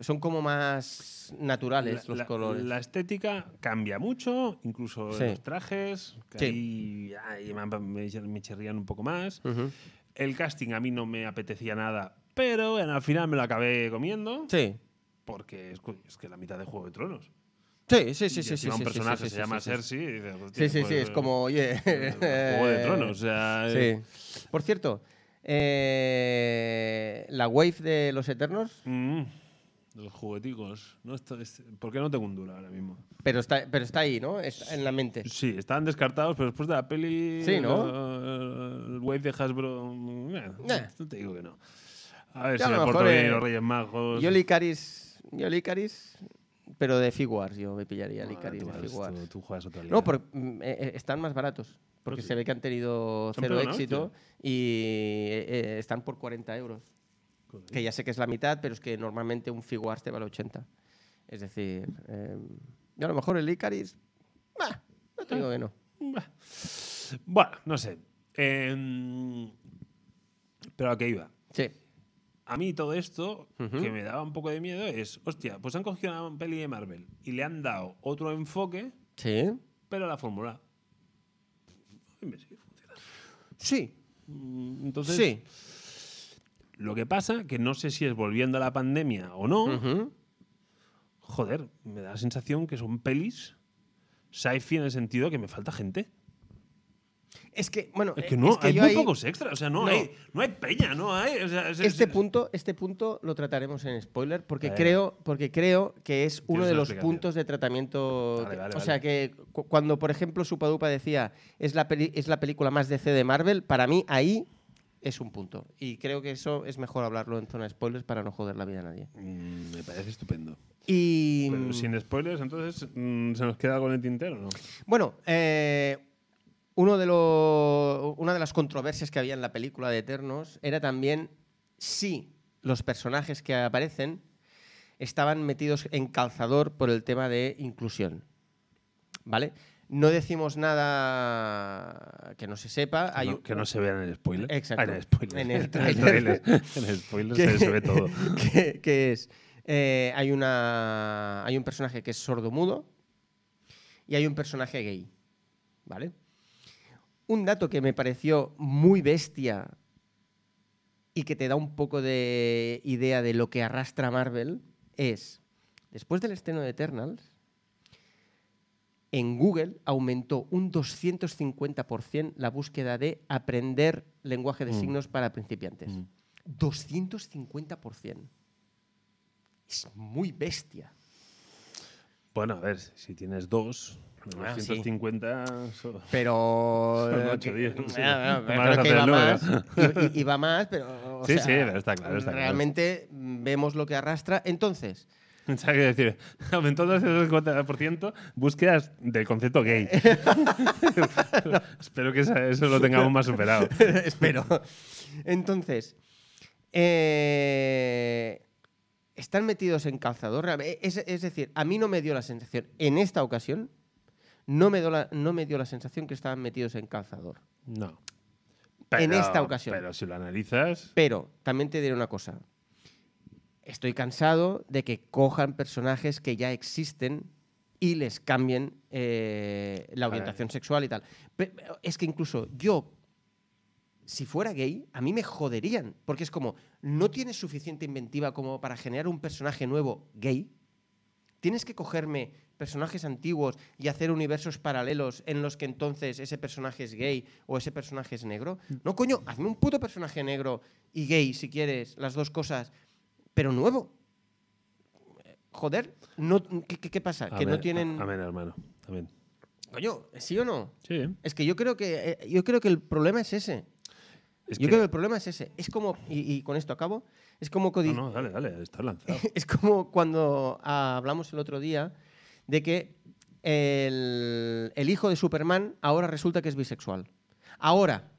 Son como más naturales los colores. la estética cambia mucho, incluso Sí. en los trajes, que Sí. ahí, ay, me, me- me chirrían un poco más. Ujú. El casting a mí no me apetecía nada, pero bueno, al final me lo acabé comiendo, Sí. porque es, coño, es que la mitad de Juego de Tronos. Sí, sí, sí, Y sí, sí. encima sí, un personaje sí, sí, se sí, llama sí, sí. Cersei. y dices, Sí, hostia, sí, sí, pues, es como, oye. Juego de Tronos, o sea, eh, Sí. Por cierto, eh, la wave de los Eternos, mm, los jugueticos. No, esto es- ¿Por qué no tengo un duro ahora mismo? pero está, pero está ahí, ¿no? Está en la mente. Sí, estaban descartados, pero después de la peli. Sí, ¿no? lo- el wave de Hasbro. eh, Eh. No te digo que no. A ver Ya, si a me lo porto mejor, bien eh, los Reyes Magos. Yo Licaris, yo Licaris, pero de Figuarts, yo me pillaría Ah, Licaris tú, de vas, Figuarts. tú- tú juegas otra liga. No, por- mm, eh, eh, están más baratos. Porque Pues sí. se ve que han tenido Se han cero pegado una éxito y eh, eh, están por 40 euros. Joder. Que ya sé que es la mitad, pero es que normalmente un Figuarts te vale 80. Es decir, eh, yo a lo mejor el Icaris. bah, no te digo que no. Bah. Bueno, no sé. Em, pero a qué iba. Sí. A mí todo esto, Ujú. que me daba un poco de miedo, es, hostia, pues han cogido una peli de Marvel y le han dado otro enfoque, Sí. pero la fórmula. Y me sigue funcionando. Sí. Mm, Entonces, sí. Lo que pasa, que no sé si es volviendo a la pandemia o no, Ujú. joder, me da la sensación que son pelis sci-fi en el sentido que me falta gente. Es que, bueno. Es que eh, no, hay yo muy ahí- pocos extras, o sea, no, No. Hay, no hay peña, no hay... o sea, es- Este es- punto, este punto lo trataremos en spoiler porque Vale. creo, porque creo que es uno Tienes de una los explicación. puntos de tratamiento. Vale, que- vale, o vale. sea que cu- cuando, por ejemplo, Supadupa decía es la peli- es la película más DC de Marvel, para mí ahí es un punto. Y creo que eso es mejor hablarlo en zona spoilers para no joder la vida a nadie. Mm, me parece estupendo. Y mm, Pero sin spoilers, entonces, mm, ¿se nos queda algo en el tintero no? bueno, eh, uno de lo- una de las controversias que había en la película de Eternos era también si los personajes que aparecen estaban metidos en calzador por el tema de inclusión. ¿Vale? No decimos nada que no se sepa. Hay que, no, un- que no se vea en el spoiler. Exacto. Ah, en el spoiler. En el tráiler. en el spoiler que- se, se ve todo. que, que es. eh, hay, una, hay un personaje que es sordomudo y hay un personaje gay. ¿Vale? Un dato que me pareció muy bestia y que te da un poco de idea de lo que arrastra Marvel es. Después del estreno de Eternals, en Google aumentó un 250% la búsqueda de aprender lenguaje de Mm. signos para principiantes. Mm. 250%. Es muy bestia. Bueno, a ver, si tienes dos, Ah, sí. 250... so- Pero. Son eh, ocho, que- diez, eh, sí. pero Más creo que hacer iba el número. más. i- i- Iba más, pero. o Sí, sea, sí, pero está claro, está claro. Realmente mm, vemos lo que arrastra. Entonces, Pensaba que decir, aumentó 250% búsquedas del concepto gay. Espero que esa- eso lo tengamos más superado. espero. Entonces, eh, están metidos en calzador. real- Es, es decir, a mí no me dio la sensación, en esta ocasión, no me, dio la, no me dio la sensación que estaban metidos en calzador. No. En esta ocasión. Pero si lo analizas. Pero también te diré una cosa. Estoy cansado de que cojan personajes que ya existen y les cambien eh, la orientación sexual y tal. Pe- es que incluso yo, si fuera gay, a mí me joderían. Porque es como, no tienes suficiente inventiva como para generar un personaje nuevo gay. Tienes que cogerme personajes antiguos y hacer universos paralelos en los que entonces ese personaje es gay o ese personaje es negro. Mm. No, coño, hazme un puto personaje negro y gay si quieres, las dos cosas, pero nuevo. Joder, no, ¿qué, qué- qué pasa? que Amén, no tienen... a- Amén, hermano. Amén. Coño, ¿sí o no? Sí. Es que yo creo que, eh, yo creo que el problema es ese. Es yo que- creo que el problema es ese. Es como, y, y con esto acabo, es como, que di- No, no, dale, dale, está lanzado. es como cuando ah, hablamos el otro día de que el, el hijo de Superman ahora resulta que es bisexual. Ahora.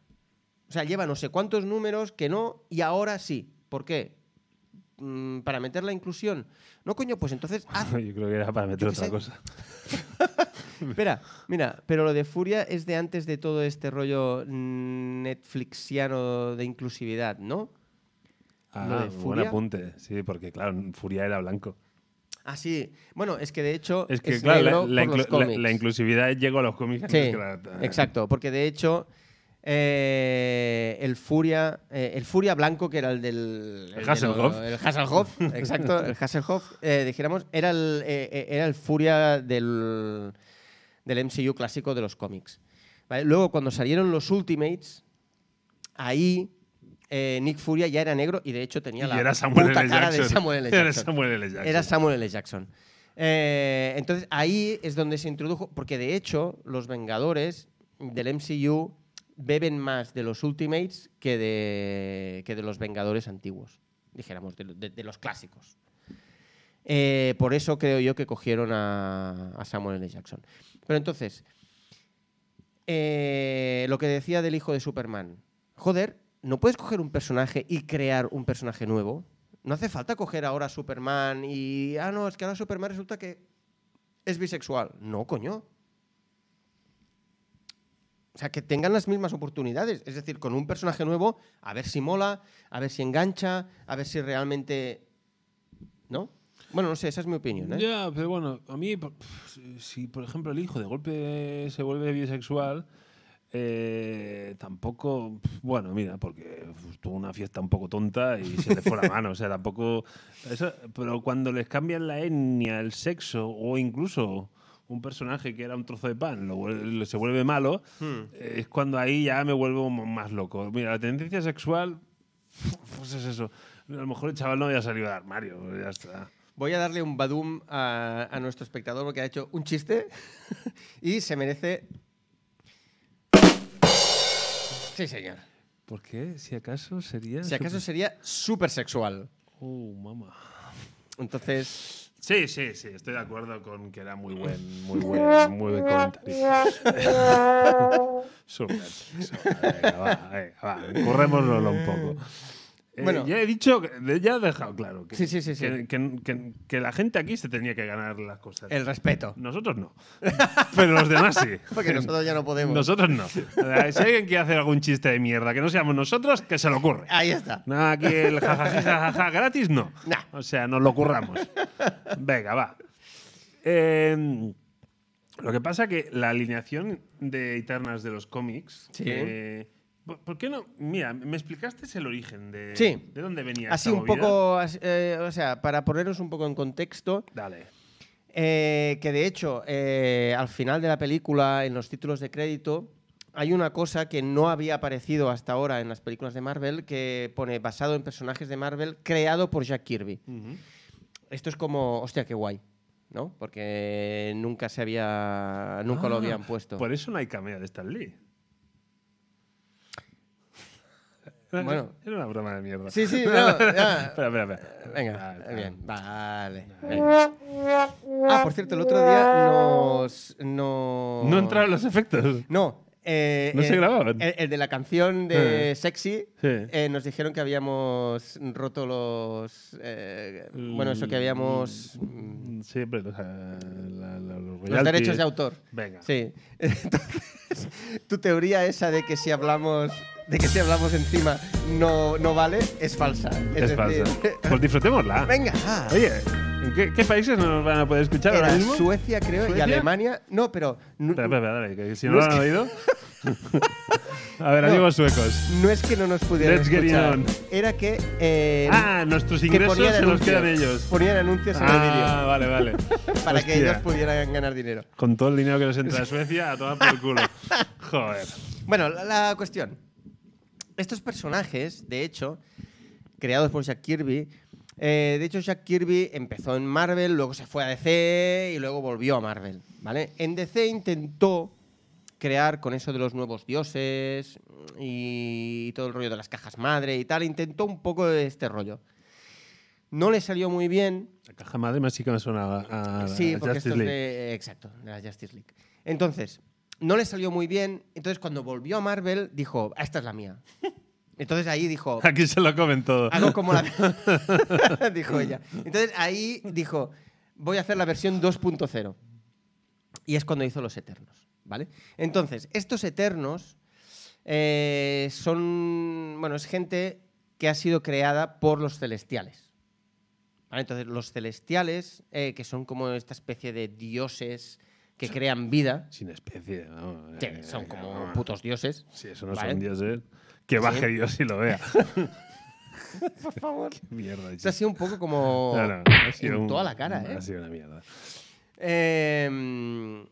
O sea, lleva no sé cuántos números que no y ahora sí. ¿Por qué? Mm, Para meter la inclusión. No, coño, pues entonces haz Yo creo que era para meter Yo qué otra sé. cosa. Espera, mira, pero lo de Furia es de antes de todo este rollo netflixiano de inclusividad, ¿no? Lo de Ah, buen Furia. apunte. Sí, porque claro, Furia era blanco. Ah, sí. Bueno, es que de hecho Es que, es, claro, la- negro la, inclu- la- por los cómics. la inclusividad llegó a los cómics antes Sí, que la- exacto, porque de hecho eh, el Furia, eh, el Furia blanco que era el del El Hasselhoff. el Hasselhoff, exacto, el Hasselhoff, eh, dijéramos, era el eh, eh, era el Furia del del MCU clásico de los cómics. ¿vale? Luego cuando salieron los Ultimates, ahí eh, Nick Furia ya era negro y de hecho tenía la Y era Samuel puta L. cara Jackson. de Samuel L. Era Jackson. Samuel L. Jackson. Era Samuel L. Jackson. Eh, entonces ahí es donde se introdujo, porque de hecho los Vengadores del MCU beben más de los Ultimates que de, que de los Vengadores antiguos, dijéramos, de, lo- de- de los clásicos. Eh, por eso creo yo que cogieron a, a Samuel L. Jackson. Pero entonces, eh, lo que decía del hijo de Superman. Joder, ¿no puedes coger un personaje y crear un personaje nuevo? No hace falta coger ahora a Superman y. Ah, no, es que ahora Superman resulta que es bisexual. No, coño. O sea, que tengan las mismas oportunidades. Es decir, con un personaje nuevo, a ver si mola, a ver si engancha, a ver si realmente. ¿No? Bueno, no sé, esa es mi opinión. ¿eh? Ya, pero bueno, a mí, por- pf, si por ejemplo el hijo de golpe se vuelve bisexual, eh, tampoco, pf, bueno, mira, porque pf, tuvo una fiesta un poco tonta y se le fue la mano, o sea, tampoco... eso- pero cuando les cambian la etnia, el sexo o incluso un personaje que era un trozo de pan lo vuel- lo- se vuelve malo, eh, es cuando ahí ya me vuelvo m- más loco. Mira, la tendencia sexual, pues es eso. A lo mejor el chaval no había salido del armario, ya está. Voy a darle un badum a, a nuestro espectador porque ha hecho un chiste y se merece. Sí, señor. ¿Por qué? Si acaso sería. Si acaso sería súper sexual. Oh, mamá. Entonces, Sí, sí, sí, estoy de acuerdo con que era muy buen, muy buen, muy buen comentario. Súper. súper. Venga, va, venga, va. Corrémoslo un poco. Eh, Bueno. ya he dicho, que- ya he dejado claro que, Sí, sí, sí, sí. Que, que- que- que la gente aquí se tenía que ganar las cosas. el respeto. Nosotros no, pero los demás sí. Porque nosotros ya no podemos. Nosotros no. Si alguien quiere hacer algún chiste de mierda que no seamos nosotros, que se le ocurre. Ahí está. No, aquí el jajaja gratis no. Nah. O sea, nos lo curramos. Venga, va. Eh, lo que pasa que la alineación de Eternas de los cómics. Sí. eh, ¿por- ¿Por qué no? Mira, me explicaste el origen de, Sí. de dónde venía Así esta un movida? poco, así, eh, o sea, para poneros un poco en contexto, Dale. Eh, que de hecho, eh, al final de la película, en los títulos de crédito, hay una cosa que no había aparecido hasta ahora en las películas de Marvel, que pone basado en personajes de Marvel, creado por Jack Kirby. Esto es como, hostia, qué guay, ¿no? Porque nunca se había, nunca lo Ah, habían puesto. Por eso no hay cameo de Stan Lee. Bueno. Era una broma de mierda. Sí, sí, no, ya. espera, espera, espera. Venga, eh, Ah, bien, vale. venga. Ah, por cierto, el otro día nos... No, No entraron los efectos. No. eh, ¿No se el- grababan? El, el de la canción de Eh. Sexy Sí. eh, nos dijeron que habíamos roto los. eh, bueno, eso que habíamos. mm, Siempre los, eh, la- la- los pues ya Los el derechos tío- de autor. Venga. Sí. Entonces, tu teoría esa de que si hablamos de que si hablamos encima no, no vale es falsa. Es, Es, falsa. decir, Pues disfrutémosla. Venga. Oye, ¿en qué, qué países nos van a poder escuchar ahora Era mismo? Suecia, creo, y ¿Suecia? Alemania. No, pero no, Espera, espera, espera, dale, que si no, No lo es han que- oído. a ver, No. amigos suecos. no es que no nos pudieran Let's get it escuchar. on. Era que eh, Ah, nuestros que ingresos ponían se los anuncios, quedan ellos. Ponían anuncios en el vídeo Ah, vale, vale. para que Hostia, ellos pudieran ganar dinero. Con todo el dinero que nos entra a Suecia, a tomar por culo. Joder. Bueno, la, la cuestión. Estos personajes, de hecho, creados por Jack Kirby, eh, de hecho Jack Kirby empezó en Marvel, luego se fue a DC y luego volvió a Marvel, ¿vale? En DC intentó crear con eso de los nuevos dioses y todo el rollo de las cajas madre y tal, intentó un poco de este rollo. No le salió muy bien, La caja madre más sí que me suena a, a Sí, a porque Justice esto League. es de, exacto, de la Justice League. Entonces, no le salió muy bien. Entonces, cuando volvió a Marvel, dijo, "Ah, esta es la mía. Entonces ahí dijo, Aquí se lo comen todo. hago como la... dijo ella. Entonces ahí dijo, voy a hacer la versión 2.0. Y es cuando hizo los Eternos, ¿vale? Entonces, estos Eternos eh, son, bueno, es gente que ha sido creada por los celestiales. ¿vale? Entonces, los celestiales, eh, que son como esta especie de dioses que crean vida, Sin especie. vamos. que son Eh, como vamos. putos dioses. Sí, eso no ¿Vale? son dioses. ¿eh? Que baje Sí. Dios y lo vea. Por favor. Mierda. Esto ha sido un poco como... No, no, ha sido en un- toda la cara, ¿eh? Ha sido una mierda. Em,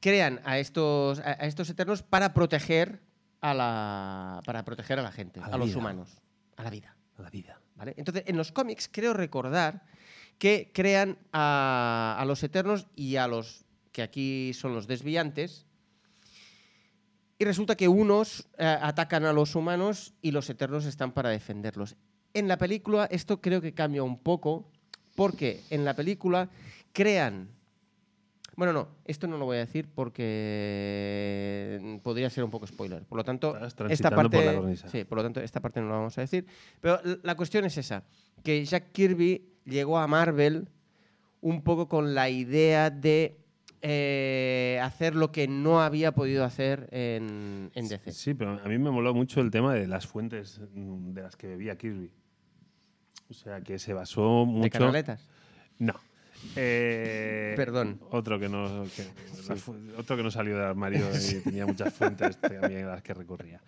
crean a estos, a, a estos eternos para proteger a la, para proteger a la gente, A a, la los vida. humanos, a la vida. A la vida. ¿vale? Entonces, en los cómics creo recordar que crean a, a los eternos y a los que aquí son los desviantes. Y resulta que unos eh, atacan a los humanos y los eternos están para defenderlos. En la película esto creo que cambia un poco porque en la película crean... Bueno, no, esto no lo voy a decir porque podría ser un poco spoiler. Por lo tanto, Estás esta transitando por parte, la cornisa. sí, por lo tanto, esta parte no la vamos a decir. Pero l- la cuestión es esa, que Jack Kirby llegó a Marvel un poco con la idea de eh, hacer lo que no había podido hacer en, en DC. Sí, pero a mí me moló mucho el tema de las fuentes mm, de las que bebía Kirby. O sea, que se basó mucho. De canaletas. No. Eh, Perdón. Otro que, no, que- la fu- otro que no salió del armario y tenía muchas fuentes también a las que recurría.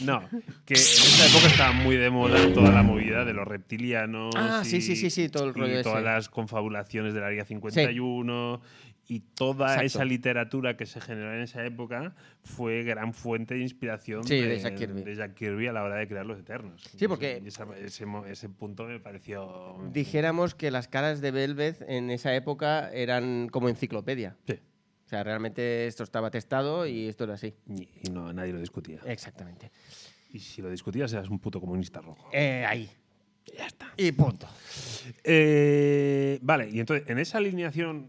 No, que en esa época estaba muy de moda toda la movida de los reptilianos. Ah, sí, y- sí, sí, sí, todo el y rollo todas ese. las confabulaciones del Área 51 y toda Exacto. esa literatura que se generó en esa época fue gran fuente de inspiración Sí, de Jack Kirby. de Jack Kirby a la hora de crear los Eternos. Sí, porque- Y esa- ese, mo- ese punto me pareció... Dijéramos que las caras de Velvet en esa época eran como enciclopedia. Sí. O sea, realmente esto estaba testado y esto era así. Y y no, nadie lo discutía. Eh. Exactamente. Y si lo discutías, eras un puto comunista rojo. Eh, ahí. Ya está. Y punto. Eh, vale, y entonces, en esa alineación,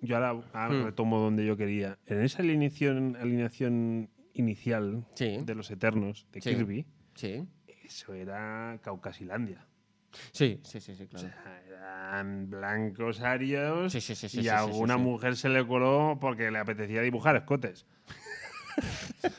yo ahora, ahora Hmm. retomo donde yo quería, en esa alineación, alineación inicial Sí. de los Eternos, de Sí. Kirby, Sí. eso era Caucasilandia. Sí, sí, sí, sí, O claro. sea, eran blancos arios Sí, sí, sí, sí, y sí, a sí, sí, alguna sí. mujer se le coló porque le apetecía dibujar escotes.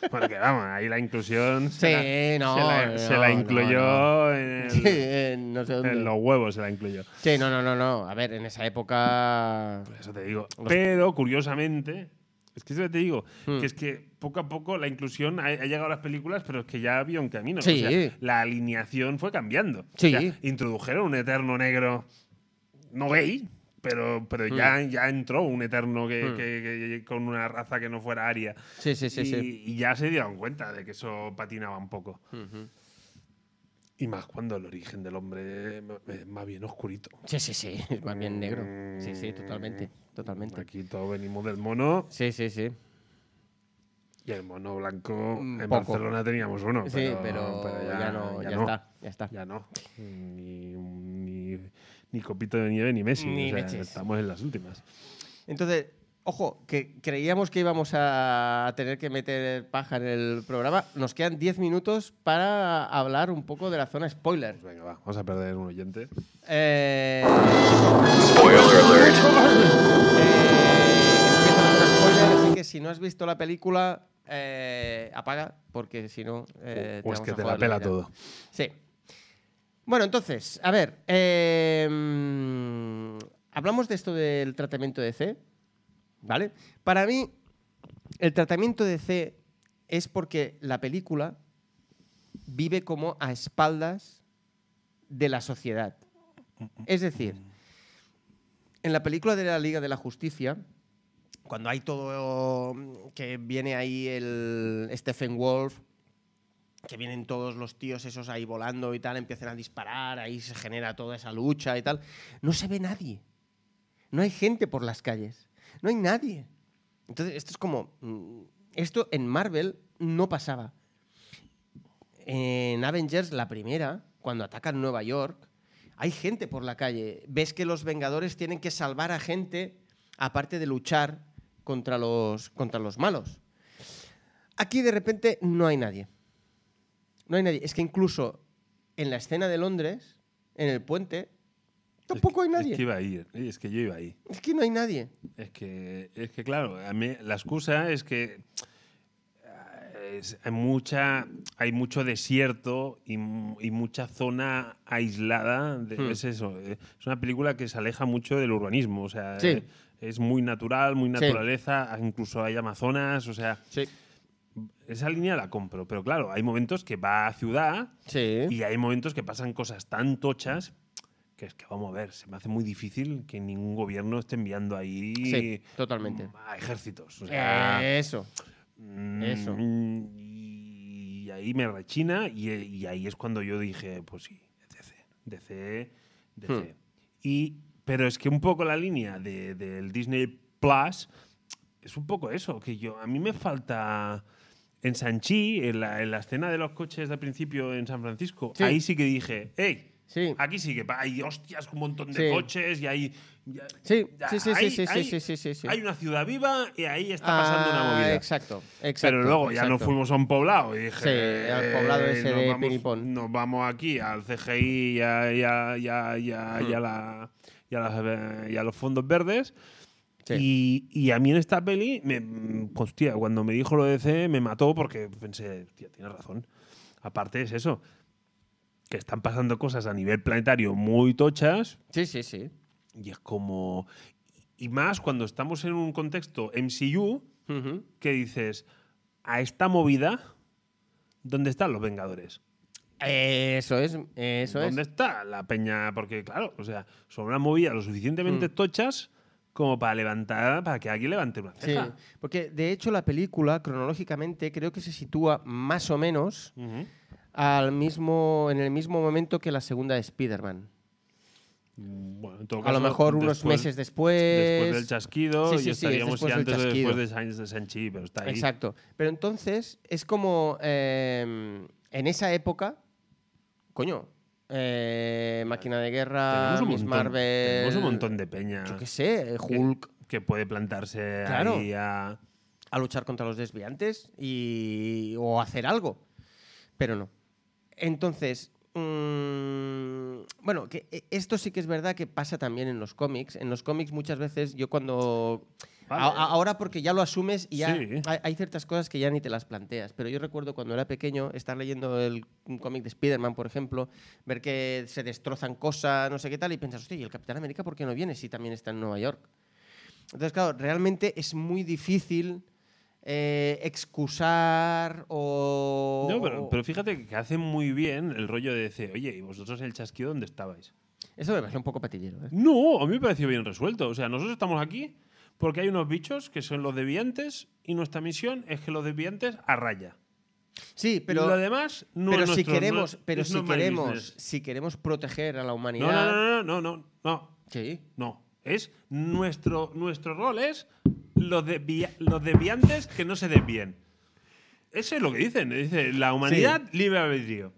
porque vamos, ahí la inclusión Sí, se, la, no, se la- no, se la no, incluyó no. en Sí, el- eh, no sé dónde. En los huevos se la incluyó. Sí, no, no, no, no. A ver, en esa época. Eso te digo. Pero, curiosamente, es que eso te digo, Hmm. que es que poco a poco la inclusión ha, ha llegado a las películas, pero es que ya había un camino. Sí. O sea, la alineación fue cambiando. O Sí. sea, introdujeron un eterno negro no gay, pero, pero ya, ya entró un eterno que, Hmm. que- que- con una raza que no fuera aria. Sí, sí, sí, y, sí. y ya se dieron cuenta de que eso patinaba un poco. Ujú. Y más cuando el origen del hombre es más bien oscurito. Sí, sí, sí. Es más bien negro. Sí, sí, Mm. totalmente. Totalmente. Aquí todos venimos del mono Sí, sí, sí. y el mono blanco. Un en poco. Barcelona teníamos uno, pero, sí, pero, ya, no, ya, está. Ya está. Ya no. Ni, ni- ni copito de nieve ni Messi. Ni o sea, leches. estamos en las últimas. Entonces, ojo, que creíamos que íbamos a tener que meter paja en el programa. Nos quedan 10 minutos para hablar un poco de la zona spoiler. Pues venga, va, vamos a perder un oyente. Eh, Spoiler alert. eh, visto la película, eh, apaga, porque si no. eh, o es vamos que a te la joder pela vida. todo. Sí. Bueno, entonces, a ver. eh, mm, hablamos de esto del tratamiento de C. ¿Vale? Para mí, el tratamiento de C es porque la película vive como a espaldas de la sociedad. Es decir, en la película de la Liga de la Justicia, cuando hay todo mm, que viene ahí el Stephen Wolf, que vienen todos los tíos esos ahí volando y tal, empiezan a disparar, ahí se genera toda esa lucha y tal, no se ve nadie. No hay gente por las calles. No hay nadie. Entonces, esto es como... mm, Esto en Marvel no pasaba. En Avengers, la primera, cuando atacan Nueva York, hay gente por la calle. Ves que los Vengadores tienen que salvar a gente, aparte de luchar contra los, contra los malos. Aquí de repente no hay nadie. No hay nadie. Es que incluso en la escena de Londres, en el puente, tampoco hay nadie. Es que iba a ir, es que yo iba ahí. Es que no hay nadie. Es que, es que claro, a mí la excusa es que eh, es- hay, mucha, hay mucho desierto y, mu- y mucha zona aislada. de- Hmm. Es eso, eh, es una película que se aleja mucho del urbanismo. O sea, Sí. eh, es muy natural, muy Sí. naturaleza, incluso hay Amazonas. O sea, Sí. esa línea la compro. Pero claro, hay momentos que va a ciudad Sí. y hay momentos que pasan cosas tan tochas que es que vamos a ver, se me hace muy difícil que ningún gobierno esté enviando ahí Sí, totalmente. Eh, a ejércitos. O sea, Eso. mm, eso. Y ahí me rechina y, y ahí es cuando yo dije, pues sí, DC, DC, DC. Hmm. Y, pero es que un poco la línea de- del Disney Plus es un poco eso, que yo a mí me falta... En Sanchi, en la, en la escena de los coches de principio en San Francisco, Sí. ahí sí que dije, ¡Ey! Sí. Aquí sí que pa- hay hostias, un montón de Sí. coches y hay... ya- Sí, ya- sí, sí, sí, hay- sí, sí, hay- sí, sí, sí, sí. Hay una ciudad viva y ahí está pasando una Ah, movida. Exacto, exacto. Pero luego ya nos exacto. fuimos a un poblado y dije. Sí, al poblado eh, ese nos de vamos- Pinipón. Nos vamos aquí al CGI y a, y a- y a- y a- Hmm. y a la- y a las- y a los fondos verdes. Sí. Y, y a mí en esta peli, me, mm, hostia, cuando me dijo lo de C, me mató porque pensé, hostia, tienes razón. Aparte es eso, que están pasando cosas a nivel planetario muy tochas, sí, sí, sí. y es como. Y más cuando estamos en un contexto MCU Ujú. que dices. A esta movida, ¿dónde están los Vengadores? Eso es, eso ¿Dónde es. está la peña? Porque, claro, o sea, son unas movidas lo suficientemente Mm. tochas como para levantar, para que alguien levante una Sí, ceja. porque de hecho la película cronológicamente creo que se sitúa más o menos Ujú. al mismo, en el mismo momento que la segunda de Spider-Man. Bueno, en todo A lo caso, mejor unos después- meses después. Después del chasquido, Sí, sí, sí, y es estaríamos después ya del antes o chasquido. después de Sanchi, de Sanchi, pero está ahí. Exacto. Pero entonces es como eh, en esa época, coño, eh, máquina de guerra, Tenemos un, Miss montón, Marvel, tenemos un montón de peña yo qué sé, Hulk que puede plantarse Claro. ahí a. a luchar contra los desviantes y o hacer algo, pero no. Entonces, mm, bueno, que eh, esto sí que es verdad que pasa también en los cómics. En los cómics muchas veces yo cuando Vale. a- a- ahora porque ya lo asumes y ya Sí. hay, hay ciertas cosas que ya ni te las planteas. Pero yo recuerdo cuando era pequeño estar leyendo el un cómic de Spider-Man, por ejemplo, ver que se destrozan cosas, no sé qué tal, y pensas, hostia, ¿y el Capitán América por qué no viene si también está en Nueva York? Entonces, claro, realmente es muy difícil eh, excusar o... No, pero, o- pero fíjate que hacen muy bien el rollo de decir, oye, ¿y vosotros en el chasquido dónde estabais? Eso me parece un poco patillero. ¿eh? No, a mí me pareció bien resuelto. O sea, nosotros estamos aquí porque hay unos bichos que son los deviantes y nuestra misión es que los deviantes a raya. Sí, y lo pero... demás no pero es si nuestro- no queremos, es- pero it's si not my queremos, business. si queremos proteger a la humanidad, No, no, no, no, no, no, no, sí, no. Es nuestro, nuestro rol es los, desvia- los desviantes que no se desvíen. Eso es lo que dicen. Dice la humanidad libre albedrío.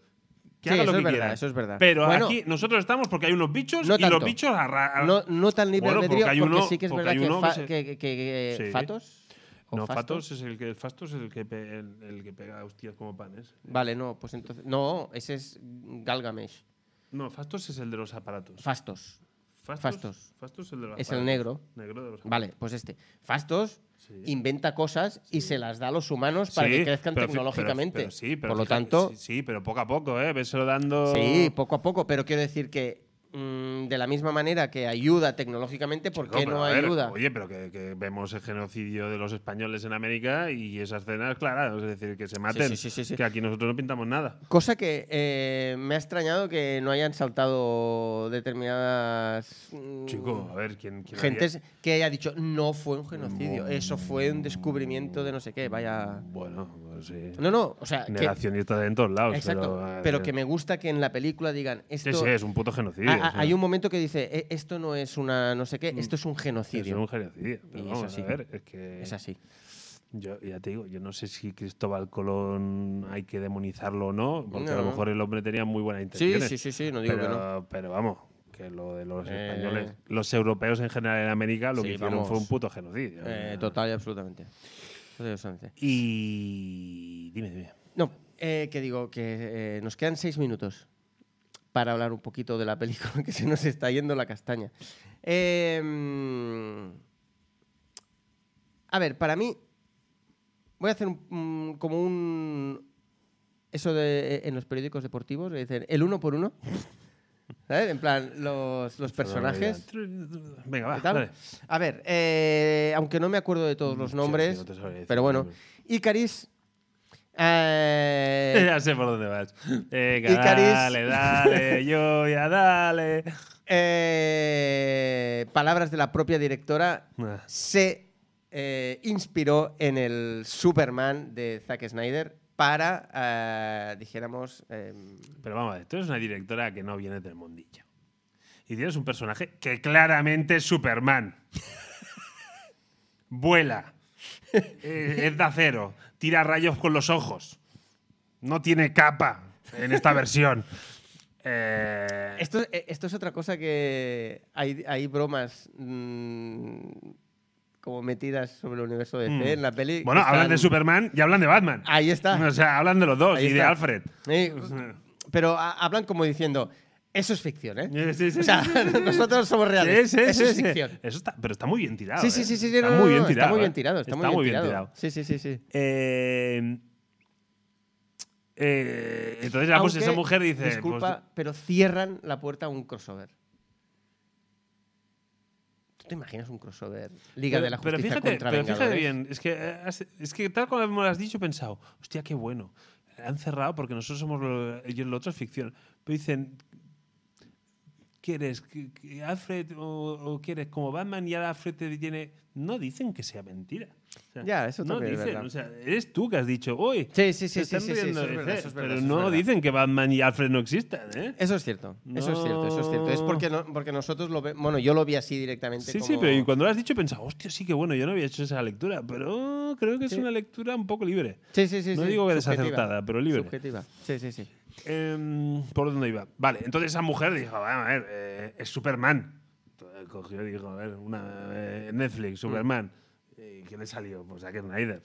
Que Sí, haga lo eso que es verdad, quiera. eso es verdad. Pero Bueno, aquí nosotros estamos porque hay unos bichos no y los tanto. bichos arra- no, no tan libre Ah. Bueno, albedrío, porque hay porque, uno- sí que es porque verdad hay que, uno fa- que se- que- que- que- Sí. Fatos. o No, Fastos. Fatos es el que Fastos es el que pe- el, el que pega hostias como panes. Vale, no, pues entonces. No, ese es Galgamesh. No, Fastos es el de los aparatos. Fastos. Fastos. Fastos. Fastos es el de las Es el paradas. negro. Negro de los Vale, pues este. Fastos Sí. inventa cosas y se las da a los humanos para Sí, que crezcan pero fi- tecnológicamente. pero- pero sí, pero Por lo fíjate, tanto, Sí, sí, sí, pero poco a poco, ¿eh? Veselo dando. poco a poco, pero quiero decir que mm, de la misma manera que ayuda tecnológicamente, ¿por Chico, qué pero no a ver, ayuda? Oye, pero que, que vemos el genocidio de los españoles en América y esas cenas, claro, es decir, que se maten. sí, sí, sí. Que aquí nosotros no pintamos nada. Cosa que eh, me ha extrañado que no hayan saltado determinadas mm, Chico, a ver, ¿quién, quién gentes haría? que haya dicho no fue un genocidio, eso fue un descubrimiento de no sé qué, vaya. Bueno, pues sí. No, no, o sea, que, Negacionistas en todos lados. exacto, Pero, eh, pero, que me gusta que en la película digan esto. Sí, sí, es un puto genocidio. Ah, o ah, sea, Mm, hay un momento que dice "E- esto no es una no sé qué, esto es un Es genocidio. un genocidio. Pero Y es vamos así. a ver, es que. Es así. Yo ya te digo, yo no sé si Cristóbal Colón hay que demonizarlo o no, porque a lo No. mejor el hombre tenía muy buena Sí, intención. sí, sí, sí, no digo pero, que no. pero vamos, que lo de los Eh. españoles, los europeos en general en América, lo Sí, que hicieron vamos. fue un puto genocidio. Eh, Eh, total y absolutamente. Total y absolutamente. Y. Dime, dime. No, eh, que digo que eh, nos quedan seis minutos para hablar un poquito de la película que se nos está yendo la castaña. Eh, mm, a ver, para mí voy a hacer un- un- como un eso de eh, en los periódicos deportivos que dicen el uno por uno, ¿sabes? En plan los, los personajes. Venga, va. ¿Qué tal? dale. A ver, eh, aunque no me acuerdo de todos los Hostia, nombres, Mm, sí, no te sabría decir pero bueno, nombres. Icaris. eh, ya sé por dónde vas. Venga, Icaris. dale, dale, yo ya dale. eh, palabras de la propia directora, Ah. se eh, inspiró en el Superman de Zack Snyder para, eh, dijéramos, eh, Pero vamos a ver, tú eres una directora que no viene del mundillo. Y tienes un personaje que claramente es Superman. Vuela. Eh, es de acero. Tira rayos con los ojos. No tiene capa en esta versión. Eh, esto, eh, esto es otra cosa que hay, hay bromas mm, como metidas sobre el universo DC en la peli. que Mm. Eh, bueno, hablan están- de Superman y hablan de Batman. Ahí está. O sea, hablan de los dos Ahí y de está. Alfred. Eh, pero ha- hablan como diciendo, eso es ficción, ¿eh? Sí, sí, sí, o sea, sí, sí, sí. nosotros somos reales. Sí, sí, eso sí, es sí. ficción. Eso está, pero está muy bien tirado. Sí, sí, ¿eh? sí, sí, sí, Está no, no, muy no, bien tirado. Está muy ¿eh? bien tirado, está, muy bien tirado. Sí, sí, sí, sí. Eh, eh, entonces, ya, pues Aunque, esa mujer dice. pues, Disculpa, pero cierran la puerta a un crossover. ¿Tú te imaginas un crossover? Liga pero- de la Justicia pero fíjate, contra pero fíjate Vengadores? bien, es que, eh, has- es que tal como me lo has dicho, he pensado, hostia, qué bueno. Han cerrado porque nosotros somos lo, ellos lo otro es ficción. Pero dicen, ¿quieres que- que Alfred o, o quieres como Batman y ahora Alfred te tiene. No dicen que sea mentira. O sea, Ya, eso no también es dicen, verdad. o sea, eres tú que has dicho, uy, Sí, sí, se sí, sí, están sí, sí, riendo eso de es verdad, Zed", eso es verdad, pero eso es no verdad. dicen que Batman y Alfred no existan, ¿eh? Eso es cierto, eso es cierto, eso es cierto. Es porque, no- porque nosotros lo vemos. Bueno, yo lo vi así directamente. Sí, como- sí, pero y cuando lo has dicho he pensado, hostia, sí que bueno, yo no había hecho esa lectura, pero creo que Sí. es una lectura un poco libre. Sí, sí, sí, no sí, digo que subjetiva, desacertada, pero libre. Subjetiva. Sí, sí, sí. Em, ¿Por dónde iba? Vale, entonces esa mujer dijo, "Vamos a ver, eh, es Superman. Entonces cogió y dijo, a ver, una, eh, Mm. Netflix, Superman. ¿Y qué le salió? Pues a Zack Snyder.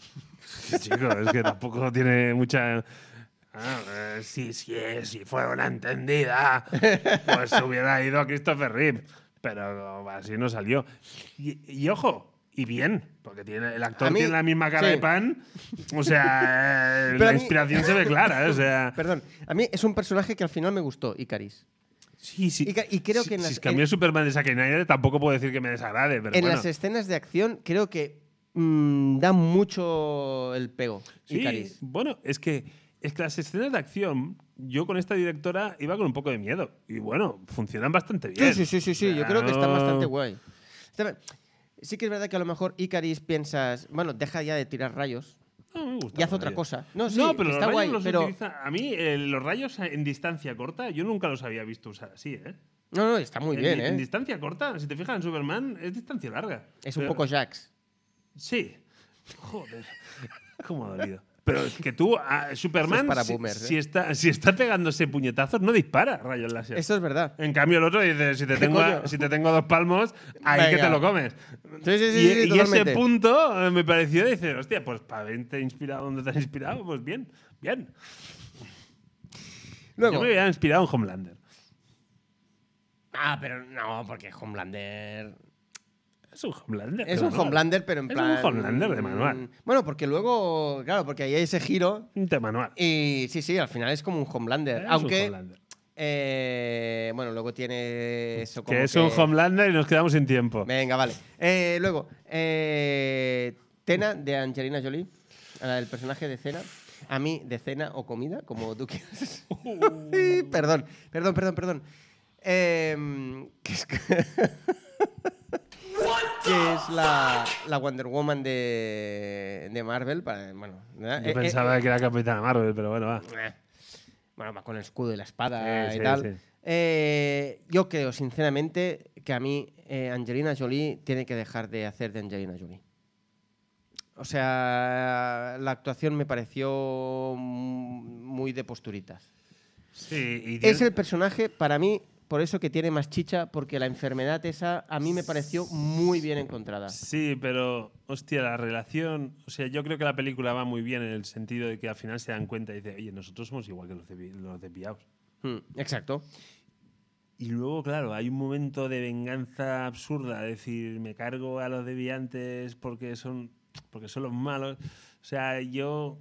Sí, Chico, es que tampoco tiene mucha... Ah, eh, sí, sí, es, si fue una entendida, pues hubiera ido a Christopher Reeve. Pero así no salió. Y, y ojo, y bien, porque tiene, el actor A mí- tiene la misma cara sí. de pan. O sea, eh, Pero a la mí- inspiración se ve clara. O sea, Perdón, a mí es un personaje que al final me gustó, Icaris. Sí, sí. Y ca- y creo Si- que en las- si cambió en- Superman de Zack Snyder, tampoco puedo decir que me desagrade, pero en bueno. las escenas de acción creo que mm, da mucho el pego Sí, Icaris. bueno, es que, es que las escenas de acción, yo con esta directora iba con un poco de miedo. Y bueno, funcionan bastante bien. Sí, sí, sí, sí, sí, yo Ya creo que está no- bastante guay. Está- Sí que es verdad que a lo mejor Icaris piensas, bueno, deja ya de tirar rayos No, me gusta y haz con otra ello. cosa. No, sí, no, pero está los guay, rayos los pero utiliza- A mí, eh, los rayos en distancia corta, yo nunca los había visto usar así, ¿eh? no, no, está muy en, bien, di- En ¿eh? distancia corta, si te fijas en Superman, es distancia larga. Es un Pero- poco Jax. Sí. Joder. ¿Cómo ha dolido? Pero es que tú, a Superman, Esto es para si- boomers, si, ¿eh? está, si está pegándose puñetazos, no dispara rayos láser. Eso es verdad. En cambio, el otro dice: si te, tengo a, coño? si te tengo a dos palmos, ahí que Venga. te lo comes. Sí, sí, sí, y, sí, y ese totalmente. punto eh, me pareció decir: hostia, pues para haberte inspirado donde te has inspirado, pues bien, bien. Luego, Yo me había inspirado en Homelander. Ah, pero no, porque Homelander. Es un Homelander. Es de un manual. Homelander, pero en Es plan. un Homelander de manual. Bueno, porque luego, claro, porque ahí hay ese giro. De manual. Y sí, sí, al final es como un Homelander. Es un aunque. Homelander. eh, bueno, luego tiene eso como. Que es un que- Homelander y nos quedamos sin tiempo. Venga, vale. Eh, luego, eh, Tena de Angelina Jolie, la del personaje de Cena. A mí, de cena o comida, como tú quieras. Ay, perdón, perdón, perdón, perdón. Em, que es, que es la, la Wonder Woman de, de Marvel. Para, bueno, ¿verdad? Yo Eh, eh, pensaba que era Capitana Marvel, pero bueno, va. eh, Bueno, va con el escudo y la espada Sí, y sí, tal. sí. Eh, yo creo, sinceramente, que a mí eh, Angelina Jolie tiene que dejar de hacer de Angelina Jolie. O sea, la actuación me pareció mm, muy de posturitas. Sí, y Es el personaje, para mí, por eso que tiene más chicha, porque la enfermedad esa a mí me pareció muy bien encontrada. Sí, pero, hostia, la relación. O sea, yo creo que la película va muy bien en el sentido de que al final se dan cuenta y dicen, oye, nosotros somos igual que los, despi- los desviados. Mm, exacto. Y luego, claro, hay un momento de venganza absurda, decir, me cargo a los deviantes porque son, porque son los malos. O sea, yo...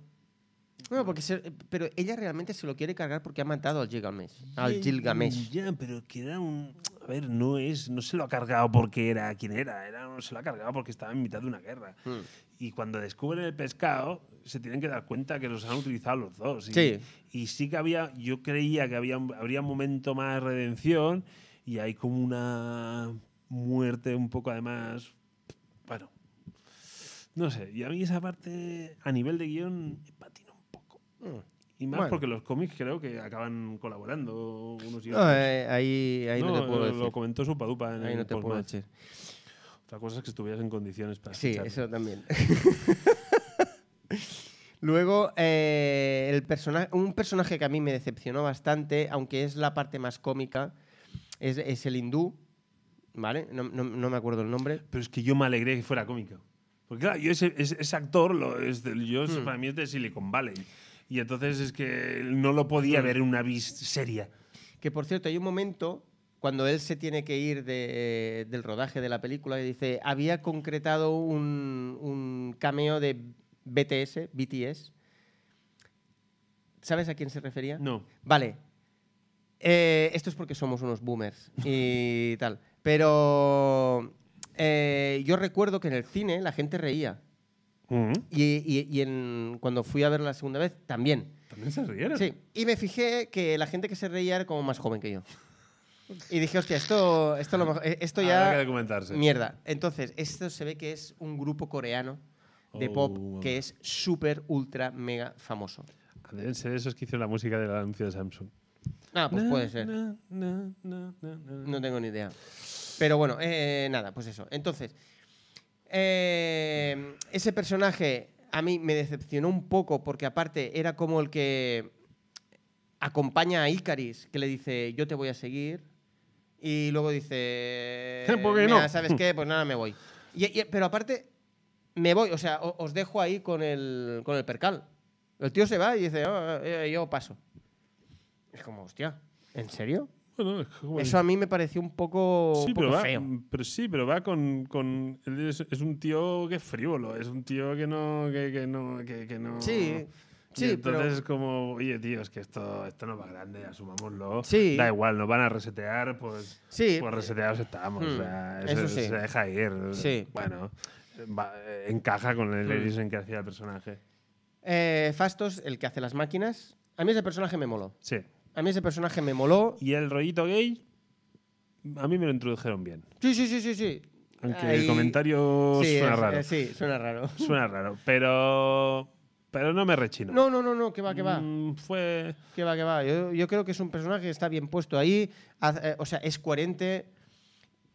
Bueno, porque se- pero ella realmente se lo quiere cargar porque ha matado al Gilgamesh. Al Gilgamesh. Ya, pero queda un... A ver, no es... No se lo ha cargado porque era quien era, era se lo ha cargado porque estaba en mitad de una guerra. Mm. Y cuando descubren el pescado, se tienen que dar cuenta que los han utilizado los dos. Y, Sí. y sí que había, yo creía que había, un- habría un momento más de redención y hay como una muerte un poco además, bueno, no sé. Y a mí esa parte a nivel de guión me patina un poco. Y más Mm. Bueno. porque los cómics creo que acaban colaborando unos y otros. No, eh, ahí, ahí no, te puedo lo, decir. lo comentó su padupa en ahí el no te puedo postmatch. decir. Otra cosa es que estuvieras en condiciones para Sí, escucharlo. eso también. Luego, eh, el persona- un personaje que a mí me decepcionó bastante, aunque es la parte más cómica, es, es el hindú, ¿vale? No, no- no me acuerdo el nombre. Pero es que yo me alegré que fuera cómica. Porque claro, yo ese, ese- ese actor, lo, es del- yo, Hmm. es- para mí es de Silicon Valley. Y entonces es que no lo Hmm. podía ver en una vis seria. Que por cierto, hay un momento cuando él se tiene que ir de- eh, del rodaje de la película y dice, había concretado un, un cameo de BTS, BTS. ¿Sabes a quién se refería? No. Vale. Eh, esto es porque somos unos boomers y tal. Pero eh, yo recuerdo que en el cine la gente reía. Y, y- y en- cuando fui a verla la segunda vez, también. También se rieron. Sí. Y me fijé que la gente que se reía era como más joven que yo. Y dije, hostia, esto, esto, a lo mejor- eh, esto Habrá que ya... documentarse. Mierda. Entonces, esto se ve que es un grupo coreano de Oh, pop mamá. que es súper, ultra, mega famoso. Deben ser esos que hicieron la música del anuncio de Samsung. Ah, pues Na, puede ser. na, na, na, na, na. No tengo ni idea. Pero bueno, eh, nada, pues eso. Entonces, eh, ese personaje a mí me decepcionó un poco porque aparte era como el que acompaña a Icaris, que le dice, yo te voy a seguir. Y luego dice, Eh, ¿Por qué "Mira, no?" ¿sabes qué? Pues nada, me voy. Y- y- pero aparte, me voy, o sea, o- os dejo ahí con el, con el percal. El tío se va y dice, "Ah, eh, yo paso. Es como, hostia, ¿en serio? Bueno, es como- Eso a mí me pareció un poco, Sí, un poco pero va, Mm. feo. pero sí, pero va con. con él es, es un tío que es frívolo, es un tío que no. que, que no. que, que no Sí, Y sí, entonces pero- es como, oye, tío, es que esto, esto no va grande, asumámoslo. Sí. Da igual, nos van a resetear, pues, Sí. pues reseteados estamos. Hmm, o sea, eso eso, sí. se deja ir. Sí. Bueno, va- eh, encaja con el Hmm. Eris en que hacía el personaje. Eh, Fastos, el que hace las máquinas. A mí ese personaje me moló. Sí. A mí ese personaje me moló. Y el rollito gay, a mí me lo introdujeron bien. Sí, sí, sí, sí, sí. Aunque Ahí- el comentario sí, suena es- raro. eh, Sí, suena raro. Suena raro, pero. Pero no me rechino. No, no, no, no, que va, que va. Mm, fue. Que va, que va. Yo, yo creo que es un personaje que está bien puesto ahí. haz- eh, O sea, es coherente.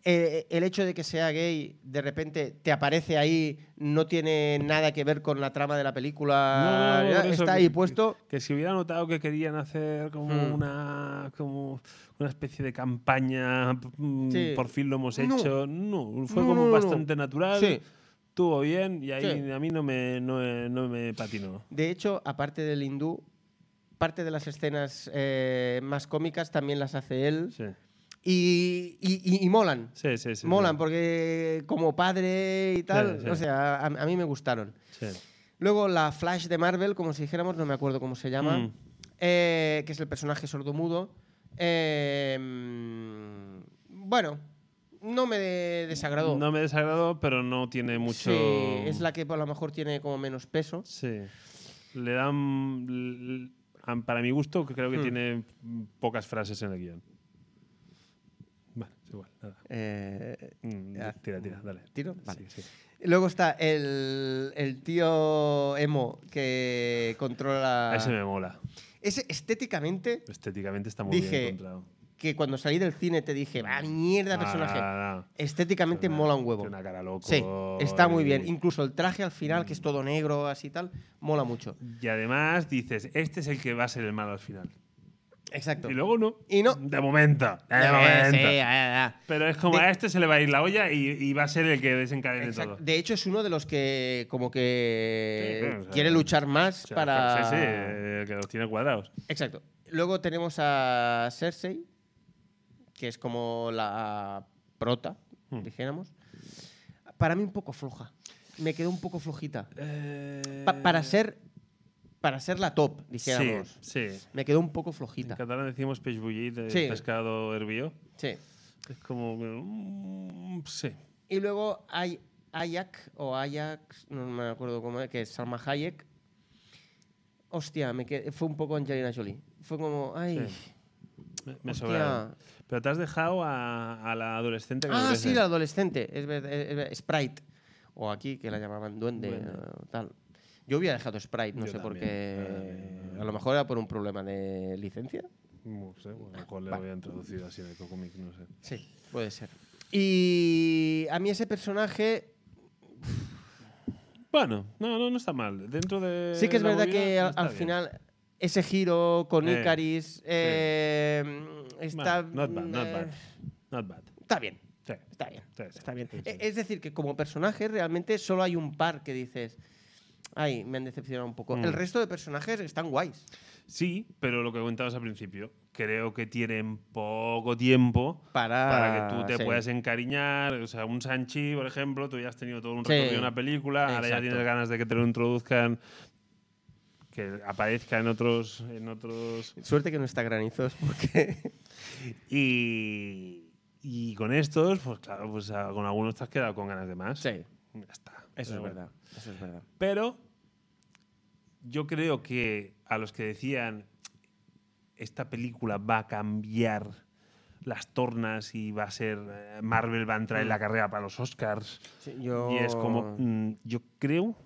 Eh, el hecho de que sea gay, de repente te aparece ahí, no tiene nada que ver con la trama de la película. No, no, no, por eso está que- ahí que- puesto. Que si hubiera notado que querían hacer como Mm. una. como una especie de campaña. mm, Sí. Por fin lo hemos No. hecho. No, fue No, como no, no, bastante no. natural. Sí. Estuvo bien y ahí Sí. a mí no me, no, me- no me patinó. De hecho, aparte del hindú, parte de las escenas eh, más cómicas también las hace él. Sí. y, y- y- y molan. Sí, sí, sí. molan porque como padre y tal, Claro, sí. o sea, a, a mí me gustaron. Sí. Luego la Flash de Marvel, como si dijéramos, no me acuerdo cómo se llama, Mm. eh, que es el personaje sordomudo. Eh, mm, bueno, no me de- desagradó. No me desagradó, pero no tiene mucho. Sí, es la que a lo mejor tiene como menos peso. Sí. Le dan. l- a- Para mi gusto, que creo que Hmm. tiene pocas frases en el guión. Vale, es igual, nada. Eh, Mm, Ya. Tira, tira, dale. ¿Tiro? Sí, Vale. sí. Luego está el, el tío emo que controla... A ese me mola. Ese estéticamente, Estéticamente está muy bien Dije, encontrado. que cuando salí del cine te dije, va mierda de personaje. Ah, ah, ah. Estéticamente Tiene- mola un huevo. tiene Una cara loco. Sí, está muy bien. y- Incluso el traje al final, Mm. que es todo negro, así y tal, mola mucho. Y además dices, este es el que va a ser el malo al final. Exacto. Y luego no. Y no. De momento. De Eh, momento. sí, ah, ah, ah. Pero es como De- a este se le va a ir la olla y, y va a ser el que desencadene Exacto. todo. De hecho, es uno de los que como que Sí, claro, o sea, quiere luchar más O sea, para... Sí, sí, eh, que los tiene cuadrados. Exacto. Luego tenemos a Cersei, que es como la prota, Hmm. dijéramos. Para mí un poco floja. Me quedó un poco flojita. Pa- para, ser, para ser la top, Eh. Sí, dijéramos. sí. Me quedó un poco En flojita. catalán decimos peix bullit, de Sí. pescado hervido. Sí. Es como... mm, sí. Y luego hay Ayak, o Ajax, no me acuerdo cómo es, que es Salma Hayek. Hostia, me qued- fue un poco Angelina Jolie. Fue como, ay. Sí. Me, me Hostia. sobraron. Pero te has dejado a, a la adolescente que Ah, merece. sí, la adolescente. Es verdad, es verdad, Sprite. O aquí, que la llamaban Duende. Duende. o tal. Yo hubiera dejado Sprite, no Yo sé por también, qué. yo también. A lo mejor era por un problema de licencia. No sé, a lo mejor le Vale. habían traducido así en el Cocomic, no sé. Sí, puede ser. Y a mí ese personaje. Bueno, no, no, no está mal. Dentro de Sí que es Eh, la verdad movida, que al, está al bien. final ese giro con Eh, Icaris eh, está. Bueno, not bad, not eh, bad. Not bad. Está bien, Sí. está bien. Sí, sí, Está bien. sí, sí. E- Es decir, que como personajes realmente solo hay un par que dices. Ay, me han decepcionado un poco. Mm. El resto de personajes están guays. Sí, pero lo que comentabas al principio, creo que tienen poco tiempo Para, para que tú te Ah, sí. puedas encariñar. O sea, un Sanchi, por ejemplo, tú ya has tenido todo un Sí. recorrido de una película, ahora ya Exacto. tienes ganas de que te lo introduzcan, que aparezca en otros. En otros Suerte que no está granizos, porque. y, y con estos, pues claro, pues a- con algunos te has quedado con ganas de más. sí, Ya está. eso Pero es bueno. verdad. Eso es verdad. Pero yo creo que a los que decían esta película va a cambiar las tornas y va a ser eh, Marvel va a entrar en la carrera para los Oscars Sí, yo... y es como mm, yo creo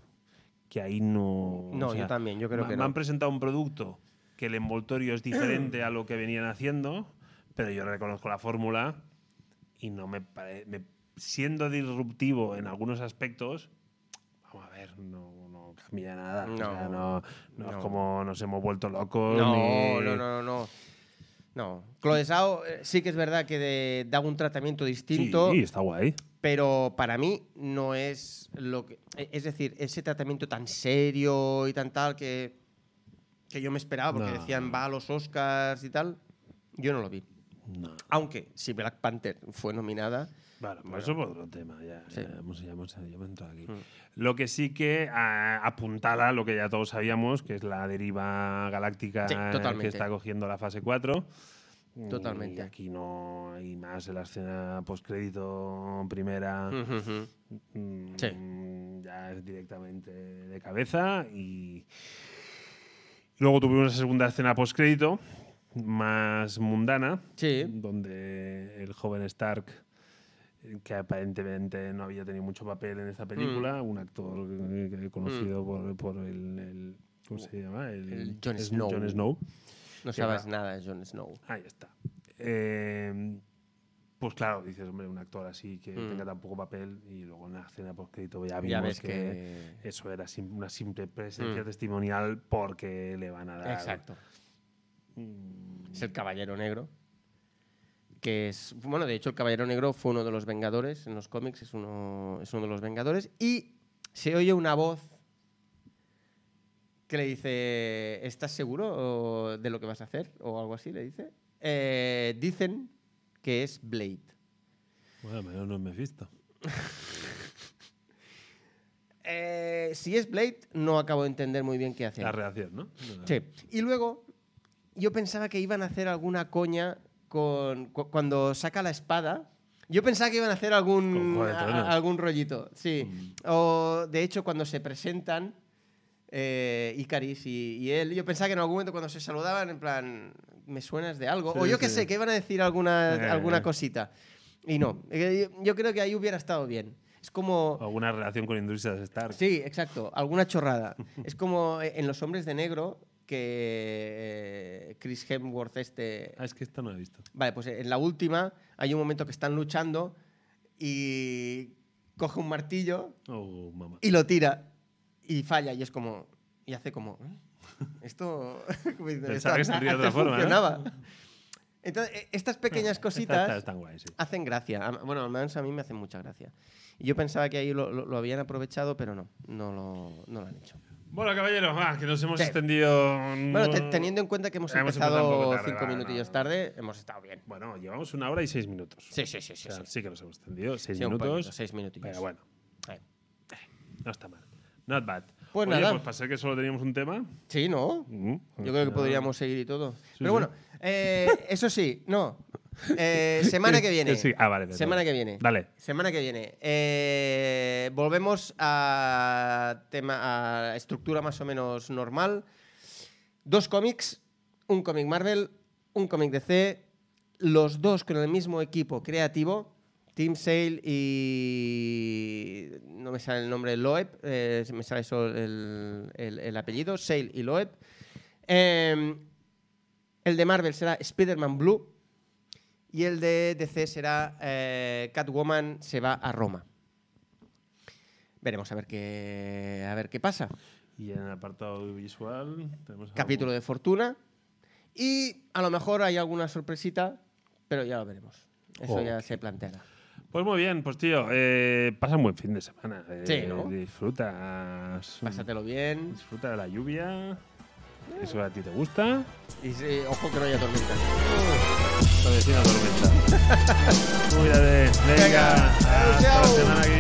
que ahí no No, yo también, yo creo me, que me no. han presentado un producto que el envoltorio es diferente a lo que venían haciendo pero yo reconozco la fórmula y no me, pare- me- siendo disruptivo en algunos aspectos vamos a ver no, no cambia nada O No. sea, no, no es No. como nos hemos vuelto locos No, ni- no, no, no. No. Chloe Zhao eh, sí que es verdad que de- da un tratamiento distinto, sí, está guay pero para mí no es lo que. e- Es decir, ese tratamiento tan serio y tan tal que, que yo me esperaba, porque No. decían va a los Oscars y tal, yo no lo vi. no Aunque si Black Panther fue nominada, Vale, pues eso por otro tema, ya, Sí. Mm. ya hemos, ya hemos- ya hemos entrado aquí. Lo que sí que ah, apuntala lo que ya todos sabíamos, que es la deriva galáctica Sí, que totalmente. está cogiendo la fase 4. Totalmente. Y aquí no hay más en la escena postcrédito primera. mm, Ya es directamente de cabeza. Y luego tuvimos una segunda escena postcrédito, más mundana sí, donde el joven Stark, eh, que aparentemente no había tenido mucho papel en esta película, Mm. un actor eh, que- conocido por, por el, el- ¿Cómo se llama? El, El Jon es Snow. Jon Snow. no sabes nada de Jon Snow. Ahí está. Eh, pues claro, dices, hombre, un actor así que Mm. tenga tan poco papel y luego en la escena post-crédito ya vimos Ya ves que, que. eso era sim- una simple presencia Mm. testimonial porque le van a dar. Exacto. Mm, Es el Caballero Negro. Que es. Bueno, de hecho, el Caballero Negro fue uno de los Vengadores en los cómics, es uno, es uno de los Vengadores. Y se oye una voz que le dice: ¿Estás seguro o- de lo que vas a hacer? O algo así, le dice. Eh, dicen que es Blade. Bueno, menos no me he visto. Eh, si es Blade, no acabo de entender muy bien qué hacer. La reacción, ¿no? No, Sí. Y luego, yo pensaba que iban a hacer alguna coña con cu- cuando saca la espada. Yo pensaba que iban a hacer Con algún, Juego de a- Tronos. Mm. algún rollito, sí. O, de hecho, cuando se presentan eh, Icaris y, y él, yo pensaba que en algún momento cuando se saludaban, en plan, me suenas de algo. o Sí, yo qué sí. sé, que iban a decir alguna, Eh. alguna cosita. Y no, Eh, yo- yo creo que ahí hubiera estado bien. Es como... O Alguna relación con Industrias Stark. Sí, exacto, alguna chorrada. es como eh, en Los Hombres de Negro que eh, Chris Hemsworth este... Ah, es que esto no lo he visto. Vale, pues en la última hay un momento que están luchando y coge un martillo Oh, mamá. y lo tira y falla y es como... Y hace como... ¿eh? Esto... como diciendo, Pensaba que saldría de antes otra forma, ¿no? funcionaba. Entonces, eh, estas pequeñas Estas- estas cositas están guays, sí. hacen gracia. A- Bueno, al menos a mí me hacen mucha gracia. Y yo pensaba que ahí lo, lo- lo habían aprovechado, pero no, no lo, no lo han hecho. Bueno, caballeros, va, que nos hemos Sí. extendido. Bueno, te- teniendo en cuenta que hemos, Mm. Hemos empezado un empezado poco tarde, cinco va, minutillos no. tarde, hemos estado bien. Bueno, llevamos una hora y seis minutos. Sí, sí, sí, sí. O sea, sí. sí que nos hemos extendido. Seis Sí, un minutos. poquito, seis minutillos. Pero bueno, Ahí. no está mal. Not bad. Pues Oye, nada. pues para ser que solo teníamos un tema. Sí, ¿no? Mm-hmm. Yo creo que podríamos seguir y todo. sí. Pero bueno, eh, eso sí, no. Eh, semana que viene. Sí, ah, vale, perdón. Semana que viene. Dale. Semana que viene. Eh, volvemos a tema a estructura más o menos normal. Dos cómics, un cómic Marvel, un cómic DC, los dos con el mismo equipo creativo, Team Sale y no me sale el nombre Loeb, eh, me sale solo el, el- el apellido, Sale y Loeb. Eh, el de Marvel será Spider-Man Blue. Y el de DC será eh, Catwoman se va a Roma. Veremos a ver qué, a ver qué pasa. Y en el apartado visual tenemos. Capítulo de Fortuna. Y a lo mejor hay alguna sorpresita, pero ya lo veremos. Eso ya se planteará. Pues muy bien, pues tío, eh, pasa un buen fin de semana. eh, Sí, ¿no? Disfrutas. Pásatelo bien. Disfruta de la lluvia. Eso a ti te gusta. Y sí, ojo que no haya tormenta. Lo decía la tormenta. Cuídate. Venga. Venga. Hasta la Chao. semana que viene.